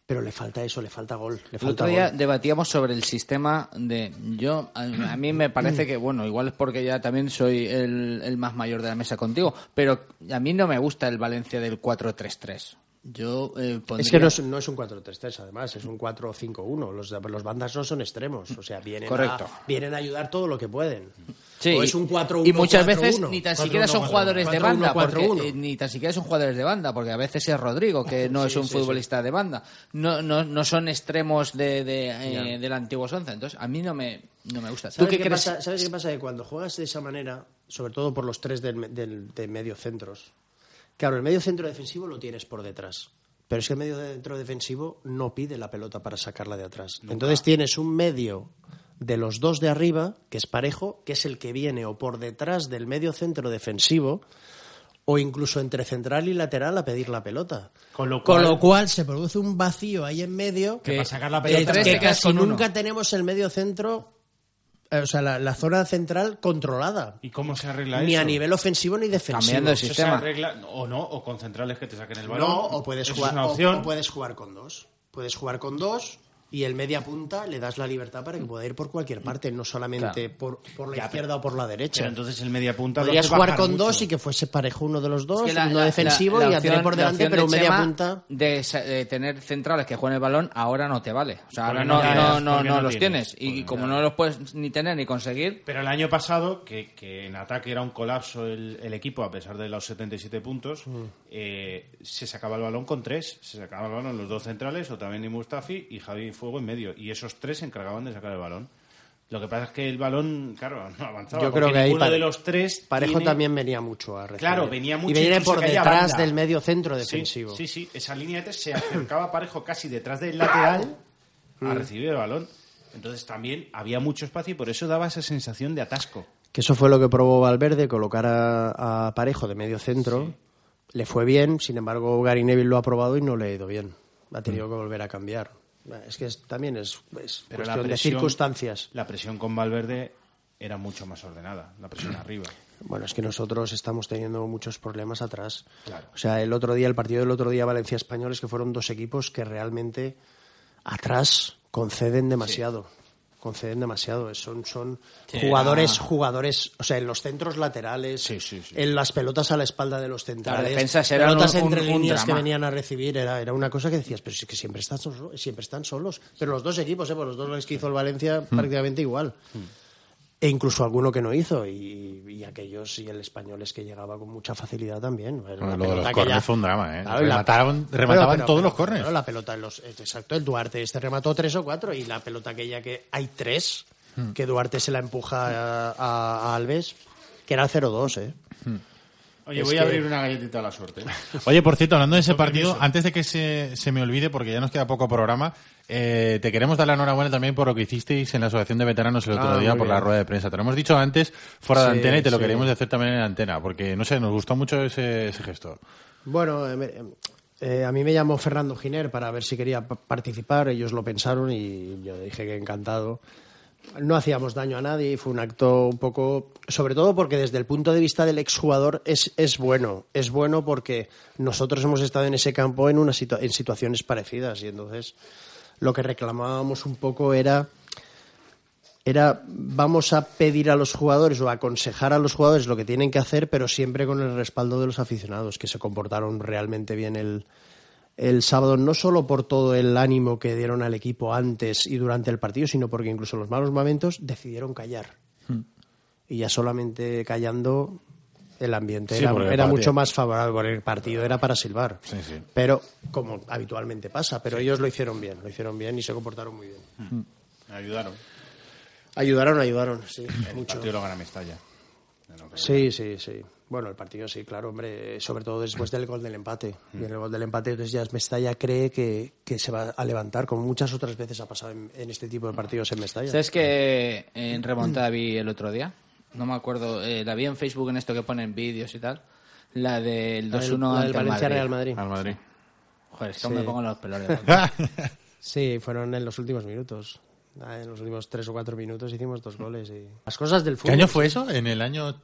S6: pero le falta eso, le falta gol, le
S5: El
S6: falta
S5: otro día
S6: gol.
S5: debatíamos sobre el sistema de yo a, a mí me parece que bueno igual es porque ya también soy el, el más mayor de la mesa contigo pero a mí no me gusta el Valencia del 4-3-3 yo eh, pondría
S6: Es que no es, no es un 4-3-3, además, es un 4-5-1. Los, los bandas no son extremos, o sea, vienen,
S5: Correcto.
S6: A, vienen a ayudar todo lo que pueden.
S5: Sí,
S6: o es un 4-1.
S5: y muchas veces ni tan
S6: 4-1,
S5: siquiera son
S6: 4-1,
S5: jugadores de
S6: 4-1,
S5: banda porque,
S6: 4-1.
S5: eh, ni tan siquiera son jugadores de banda porque a veces es Rodrigo que no es
S6: Sí,
S5: un
S6: sí,
S5: futbolista de banda no, no, no son extremos de, de, eh,
S6: Ya.
S5: del antiguo Sonza entonces a mí no me, no me gusta ¿Tú
S6: ¿Sabes
S5: qué
S6: qué,
S5: crees?
S6: pasa? ¿Sabes qué pasa? Que cuando juegas de esa manera, sobre todo por los tres del, del- de medio centros, claro, el medio centro defensivo lo tienes por detrás. Pero es que el medio centro defensivo no pide la pelota para sacarla de atrás. Entonces tienes un medio de los dos de arriba, que es parejo, que es el que viene o por detrás del medio centro defensivo, o incluso entre central y lateral a pedir la pelota.
S4: Con lo
S6: Con
S4: cual,
S6: lo cual se produce un vacío ahí en medio
S4: Que para sacar la
S6: que-
S4: pelota
S6: que
S4: te quedas
S6: casi
S4: con uno.
S6: nunca tenemos el medio centro, eh, o sea, la, la zona central controlada.
S4: ¿Y cómo se arregla
S6: Ni
S4: eso?
S6: a nivel ofensivo ni defensivo.
S4: Eso se arregla- o no, o con centrales que te saquen el balón.
S6: No, o puedes,
S4: Eso
S6: jugar,
S4: Es una
S6: o-
S4: opción.
S6: o puedes jugar con dos. Puedes jugar con dos y el media punta le das la libertad para que pueda ir por cualquier parte, no solamente
S4: Claro.
S6: por, por la
S4: Ya,
S6: izquierda o por la derecha.
S4: Pero entonces el media punta lo
S6: Podrías
S4: hace
S6: jugar
S4: bajar
S6: con
S4: mucho.
S6: dos y que fuese parejo uno de los dos,
S5: Es que la-
S6: Pues uno
S5: la-
S6: defensivo
S5: la- la
S6: y André
S5: opción-
S6: por
S5: la
S6: delante,
S5: opción
S6: pero
S5: de
S6: media
S5: Chema
S6: punta.
S5: De, sa- de tener centrales que jueguen el balón, ahora no te vale. O sea,
S4: Ahora
S5: ahora
S4: no
S5: no,
S4: tienes,
S5: no, no,
S4: porque
S5: no
S4: no
S5: los
S4: tienes.
S5: tienes. Y como no los puedes ni tener ni conseguir.
S4: Pero el año pasado, que, que en ataque era un colapso el, el equipo, a pesar de los 77 puntos,
S6: Mm.
S4: eh, se sacaba el balón con tres. Se sacaba el balón los dos centrales, Otamendi Mustafi y Javi Fuego en medio. Y esos tres se encargaban de sacar el balón. Lo que pasa es que el balón, claro, no avanzaba.
S6: Yo creo
S4: porque
S6: que ahí
S4: ninguno
S6: pare-
S4: de los tres.
S6: Parejo
S4: tiene-
S6: también venía mucho a recibir.
S4: Claro, venía mucho.
S6: Y venía
S4: incluso
S6: por
S4: que haya
S6: detrás
S4: banda.
S6: del medio centro
S4: Sí,
S6: defensivo.
S4: Sí, sí, esa línea de tres se acercaba parejo casi detrás del lateral
S6: Mm.
S4: a recibir el balón. Entonces también había mucho espacio y por eso daba esa sensación de atasco.
S6: Que eso fue lo que probó Valverde, colocar a, a Parejo de medio centro. Le fue bien, sin embargo, Gary Neville lo ha probado y no le ha ido bien. Ha tenido que volver a cambiar. Es que es- también es, es
S4: Mm. Pero la
S6: cuestión de
S4: presión-
S6: circunstancias.
S4: La presión con Valverde era mucho más ordenada, la presión arriba.
S6: Bueno, es que nosotros estamos teniendo muchos problemas atrás.
S4: Claro.
S6: O sea, el otro día, el partido del otro día Valencia Español es que fueron dos equipos que realmente atrás conceden demasiado. conceden demasiado. Son, son
S13: Sí,
S6: jugadores,
S13: era-
S6: jugadores, o sea, en los centros laterales, en las pelotas a la espalda de los centrales,
S5: Las defensas eran
S6: pelotas
S5: un-
S6: entre
S5: un- un
S6: líneas que
S5: drama.
S6: venían a recibir, era, era una cosa que decías, pero es que siempre están, solos- siempre están solos. Pero los dos equipos, eh, pues los dos goles que hizo el Valencia
S5: Hmm.
S13: Mm.
S6: prácticamente igual. E incluso alguno que no hizo, y, y aquellos y el español es que llegaba con mucha facilidad también. Era
S3: Bueno, lo
S6: una
S3: de
S6: pelota
S3: los
S6: que
S3: corners
S6: ya-
S3: fue un drama, ¿eh?
S6: Claro, y la-
S3: remataban
S6: Bueno,
S3: remataban
S6: pero-
S3: todos
S6: pero-
S3: los corners.
S6: pero la pelota, en los, exacto, el Duarte este remató tres o cuatro y la pelota aquella que hay tres,
S3: Hmm.
S6: que Duarte se la empuja a, a- a Alves, que era el 0-2, ¿eh?
S4: Oye,
S6: Es
S4: voy a
S6: que-
S4: abrir una galletita a la suerte.
S3: Oye, por cierto, hablando de ese
S4: Con
S3: partido,
S4: permiso.
S3: antes de que se, se me olvide, porque ya nos queda poco programa, eh, te queremos dar la enhorabuena también por lo que hicisteis en la Asociación de Veteranos el otro
S4: Ah,
S3: día
S4: muy
S3: por la
S4: bien.
S3: rueda de prensa. Te lo hemos dicho antes fuera de
S6: Sí,
S3: antena y te lo
S6: sí.
S3: queremos hacer también en antena, porque no sé, nos gustó mucho ese, ese gesto.
S6: Bueno, eh, me- eh, a mí me llamó Fernando Giner para ver si quería pa- participar, ellos lo pensaron y yo dije que encantado. No hacíamos daño a nadie y fue un acto un poco, sobre todo porque desde el punto de vista del exjugador es, es bueno, es bueno porque nosotros hemos estado en ese campo en, una situa- en situaciones parecidas y entonces lo que reclamábamos un poco era era vamos a pedir a los jugadores o a aconsejar a los jugadores lo que tienen que hacer, pero siempre con el respaldo de los aficionados, que se comportaron realmente bien el, el sábado, no solo por todo el ánimo que dieron al equipo antes y durante el partido, sino porque incluso en los malos momentos decidieron callar.
S3: Hmm.
S6: Y ya solamente callando el ambiente
S3: Sí,
S6: era,
S3: porque el
S6: era
S3: partido-
S6: mucho más favorable, porque el partido era para silbar.
S3: Sí, sí.
S6: Pero, como habitualmente pasa, pero ellos lo hicieron bien, lo hicieron bien y se comportaron muy bien.
S4: Me ayudaron.
S6: Ayudaron, ayudaron, sí,
S4: El
S6: mucho.
S4: partido lo gana Mestalla.
S6: Sí, sí, sí. Bueno, el partido sí, claro, hombre, sobre todo después del gol del empate.
S3: Mm.
S6: Y en el gol del empate, entonces ya Mestalla cree que, que se va a levantar, como muchas otras veces ha pasado en, en este
S3: Mm.
S6: tipo de partidos en Mestalla.
S5: ¿Sabes que en remontada vi el otro día? No me acuerdo, eh, la vi en Facebook en esto que ponen vídeos y tal. La del
S6: La del-
S5: 2-1
S6: la del
S5: ante el
S6: Valencia
S5: Madrid.
S6: Real Madrid. Al
S3: Madrid.
S5: Joder, es que
S6: Sí.
S5: me pongo los pelos de punta.
S6: Sí, fueron en los últimos minutos. Ah, En los últimos tres o cuatro minutos hicimos dos goles. Y... Las cosas del
S3: ¿Qué
S6: fútbol.
S3: año fue eso? En el año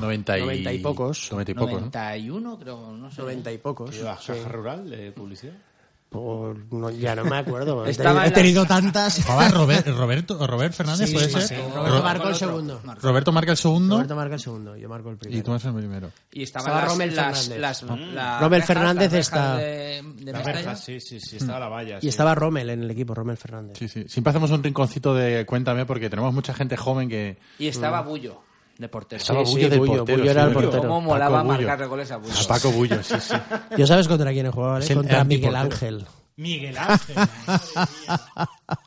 S3: 90 y,
S6: 90 y pocos.
S3: 90 y pocos, ¿no?
S5: 91, creo, no sé.
S6: 90 y pocos.
S4: ¿Iba a
S6: sí.
S4: caja rural de publicidad?
S6: Por- no, ya no me acuerdo.
S5: Estaba
S6: He
S5: en la-
S6: tenido-
S14: tantas.
S3: Jugaba Robert- Roberto, o Robert Fernández,
S6: Sí,
S3: ¿puede
S6: sí,
S3: ser?
S6: sí.
S3: Ro-
S6: Roberto marcó el segundo.
S3: Roberto marca el segundo.
S6: Roberto marca el segundo, yo marco el primero.
S3: Y tú marcas el primero.
S5: Y estaban
S6: Estaba
S5: las,
S6: Rommel
S5: las,
S6: Fernández.
S5: las-
S6: Mm.
S5: las
S6: Rommel
S5: rejas, las
S6: Fernández
S5: rejas
S6: está-
S5: De, de
S4: La
S5: Mestalla.
S4: verja, sí, sí, sí, estaba la valla.
S6: Y estaba Rommel en el equipo, Rommel Fernández.
S3: Sí, sí. Siempre hacemos un rinconcito de cuéntame porque tenemos mucha gente joven que.
S5: Y estaba Bullo, de portero.
S3: Estaba Bullo del portero, sí,
S6: era el
S3: Bullo.
S6: portero.
S5: Cómo molaba
S3: Paco Bullo.
S5: marcarle goles a Bullo.
S3: A Paco Bullo, sí, sí.
S6: ¿Yo sabes contra quién he jugado? ¿vale?
S3: Es el
S6: Contra Miguel
S3: antiportero.
S6: Ángel.
S14: Miguel Ángel.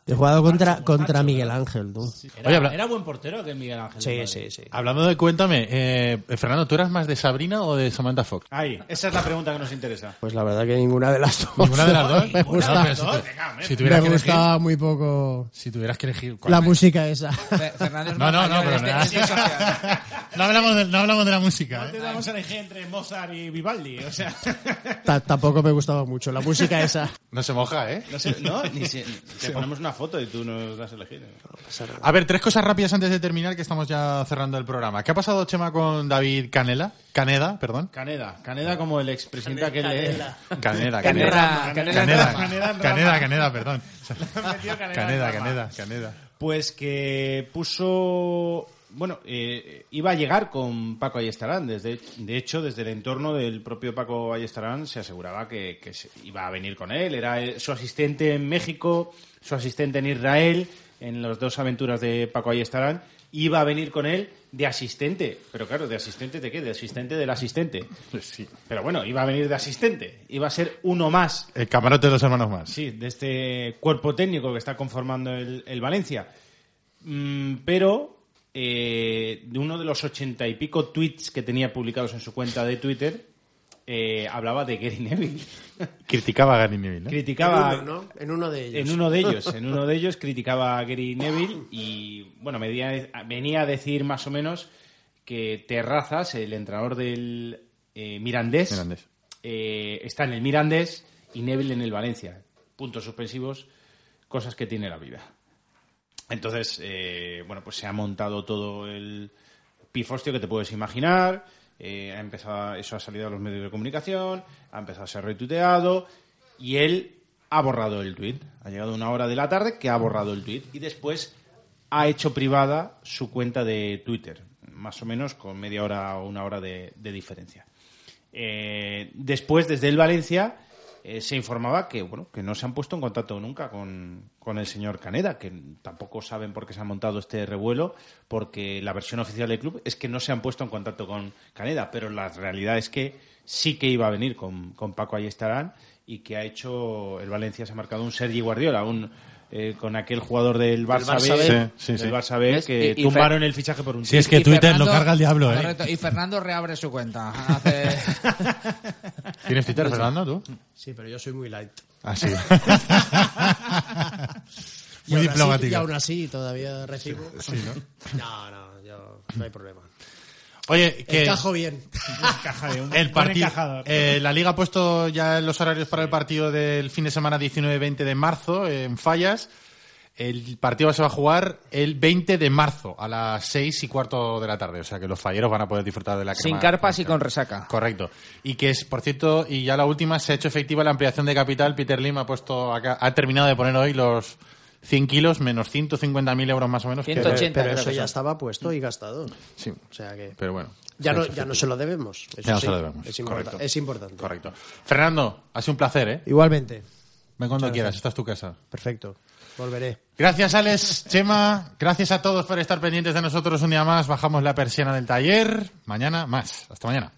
S6: He jugado contra, contra Miguel Ángel, tú.
S14: Era,
S3: Oye, habla-
S14: era buen portero que Miguel Ángel.
S6: Sí,
S14: madre.
S6: sí, sí.
S3: Hablando de cuéntame, eh, Fernando, ¿tú eras más de Sabrina o de Samantha Fox?
S4: Ahí, esa es la pregunta que nos interesa.
S6: Pues la verdad que ninguna de las dos.
S3: Ninguna de las dos.
S6: Me
S3: Ninguna de
S6: gusta.
S3: las dos. Venga, hombre. Si tuvieras
S6: me
S3: que
S6: gusta
S3: elegir.
S6: muy poco
S3: Si tuvieras que elegir. ¿cuál?
S6: la música esa.
S3: No, no, no,
S5: este
S3: pero nada. no, hablamos de, no hablamos de la música. ¿eh?
S4: Antes vamos a elegir entre Mozart y Vivaldi, o sea...
S6: Ta- tampoco me gustaba mucho la música esa.
S3: No se moja, ¿eh?
S4: No, sé, no ni si, te ponemos una foto y tú nos das a elegir.
S3: A ver, tres cosas rápidas antes de terminar, que estamos ya cerrando el programa. ¿Qué ha pasado, Chema, con David Canela? Caneda, perdón.
S4: Caneda, Caneda como el expresidente aquel de...
S3: Caneda,
S4: Caneda,
S3: Caneda.
S4: Caneda, Caneda en
S3: Caneda,
S4: rama.
S3: Caneda, Caneda, perdón.
S4: metido Caneda en
S3: Caneda,
S4: rama.
S3: Caneda, Caneda.
S4: Pues que puso... Bueno, eh, iba a llegar con Paco Ayestarán. Desde, de hecho, desde el entorno del propio Paco Ayestarán se aseguraba que, que se- iba a venir con él. Era eh, su asistente en México, su asistente en Israel, en las dos aventuras de Paco Ayestarán. Iba a venir con él de asistente. Pero claro, ¿de asistente de qué? De asistente del asistente. Pero bueno, iba a venir de asistente. Iba a ser uno más
S3: El camarote de los hermanos más.
S4: Sí, de este cuerpo técnico que está conformando el, el Valencia. Mm, pero eh, de uno de los ochenta y pico tweets que tenía publicados en su cuenta de Twitter, eh, hablaba de Gary Neville.
S3: Criticaba a Gary Neville, ¿eh? ¿no?
S4: Criticaba
S6: En ¿Eh? uno, ¿no? En uno de ellos.
S4: en uno de ellos, en uno de ellos criticaba a Gary Neville y bueno, venía, venía a decir más o menos que Terrazas, el entrenador del eh, Mirandés,
S3: Mirandés.
S4: eh, está en el Mirandés y Neville en el Valencia. Puntos suspensivos, cosas que tiene la vida. Entonces, eh, bueno, pues se ha montado todo el pifostio que te puedes imaginar. eh, ha empezado, eso ha salido a los medios de comunicación, ha empezado a ser retuiteado y él ha borrado el tuit. Ha llegado una hora de la tarde que ha borrado el tuit y después ha hecho privada su cuenta de Twitter, más o menos con media hora o una hora de, de diferencia. Eh, después, desde el Valencia, eh, se informaba que, bueno, que no se han puesto en contacto nunca con, con el señor Caneda, que tampoco saben por qué se ha montado este revuelo, porque la versión oficial del club es que no se han puesto en contacto con Caneda, pero la realidad es que sí que iba a venir con, con Paco Ayestarán y que ha hecho, el Valencia se ha marcado un Sergi Guardiola, un... eh, con aquel jugador del Barça,
S3: Barça
S4: B,
S3: B. Sí, sí, sí.
S4: del Barça B,
S3: ¿Ves?
S4: que
S3: Y- y
S4: tumbaron
S3: Fer-
S4: el fichaje por un
S3: Sí, es
S4: tuit.
S3: que Twitter lo carga el diablo, ¿eh?
S5: Correcto, Y Fernando reabre su cuenta. Hace-
S3: ¿Tienes Twitter, Fernando, tú?
S7: Sí, pero yo soy muy light.
S3: Ah, sí.
S7: Y aún
S3: Muy
S7: así-
S3: diplomático.
S7: y aún así todavía recibo.
S3: Sí, sí,
S7: ¿no? no, yo no hay problema.
S3: Oye, que
S7: Encajo bien.
S3: el partido, eh, la liga ha puesto ya los horarios para el partido del fin de semana 19-20 de marzo eh, en Fallas. El partido se va a jugar el 20 de marzo a las 6 y cuarto de la tarde. O sea que los falleros van a poder disfrutar de la
S5: Sin
S3: crema-
S5: carpas y con resaca.
S3: Correcto. Y que es, por cierto, y ya la última, se ha hecho efectiva la ampliación de capital. Peter Lim ha puesto acá- ha terminado de poner hoy los 100 kilos menos 150.000 euros más o menos. que-
S7: pero eso ya estaba puesto y gastado.
S3: Sí.
S7: O sea que.
S3: Pero bueno.
S7: Ya
S3: se ha
S7: no, ya no
S3: hecho efectivo.
S7: se lo debemos. Eso
S3: Ya no
S7: sí,
S3: se lo debemos.
S7: Es, importa-
S3: Correcto.
S7: es importante.
S3: Correcto. Fernando, ha sido un placer, ¿eh?
S7: Igualmente.
S3: Ven cuando
S7: Muchas
S3: quieras,
S7: gracias.
S3: esta es tu casa.
S7: Perfecto. Volveré.
S3: Gracias, Alex, Chema. Gracias a todos por estar pendientes de nosotros un día más. Bajamos la persiana del taller. Mañana más. Hasta mañana.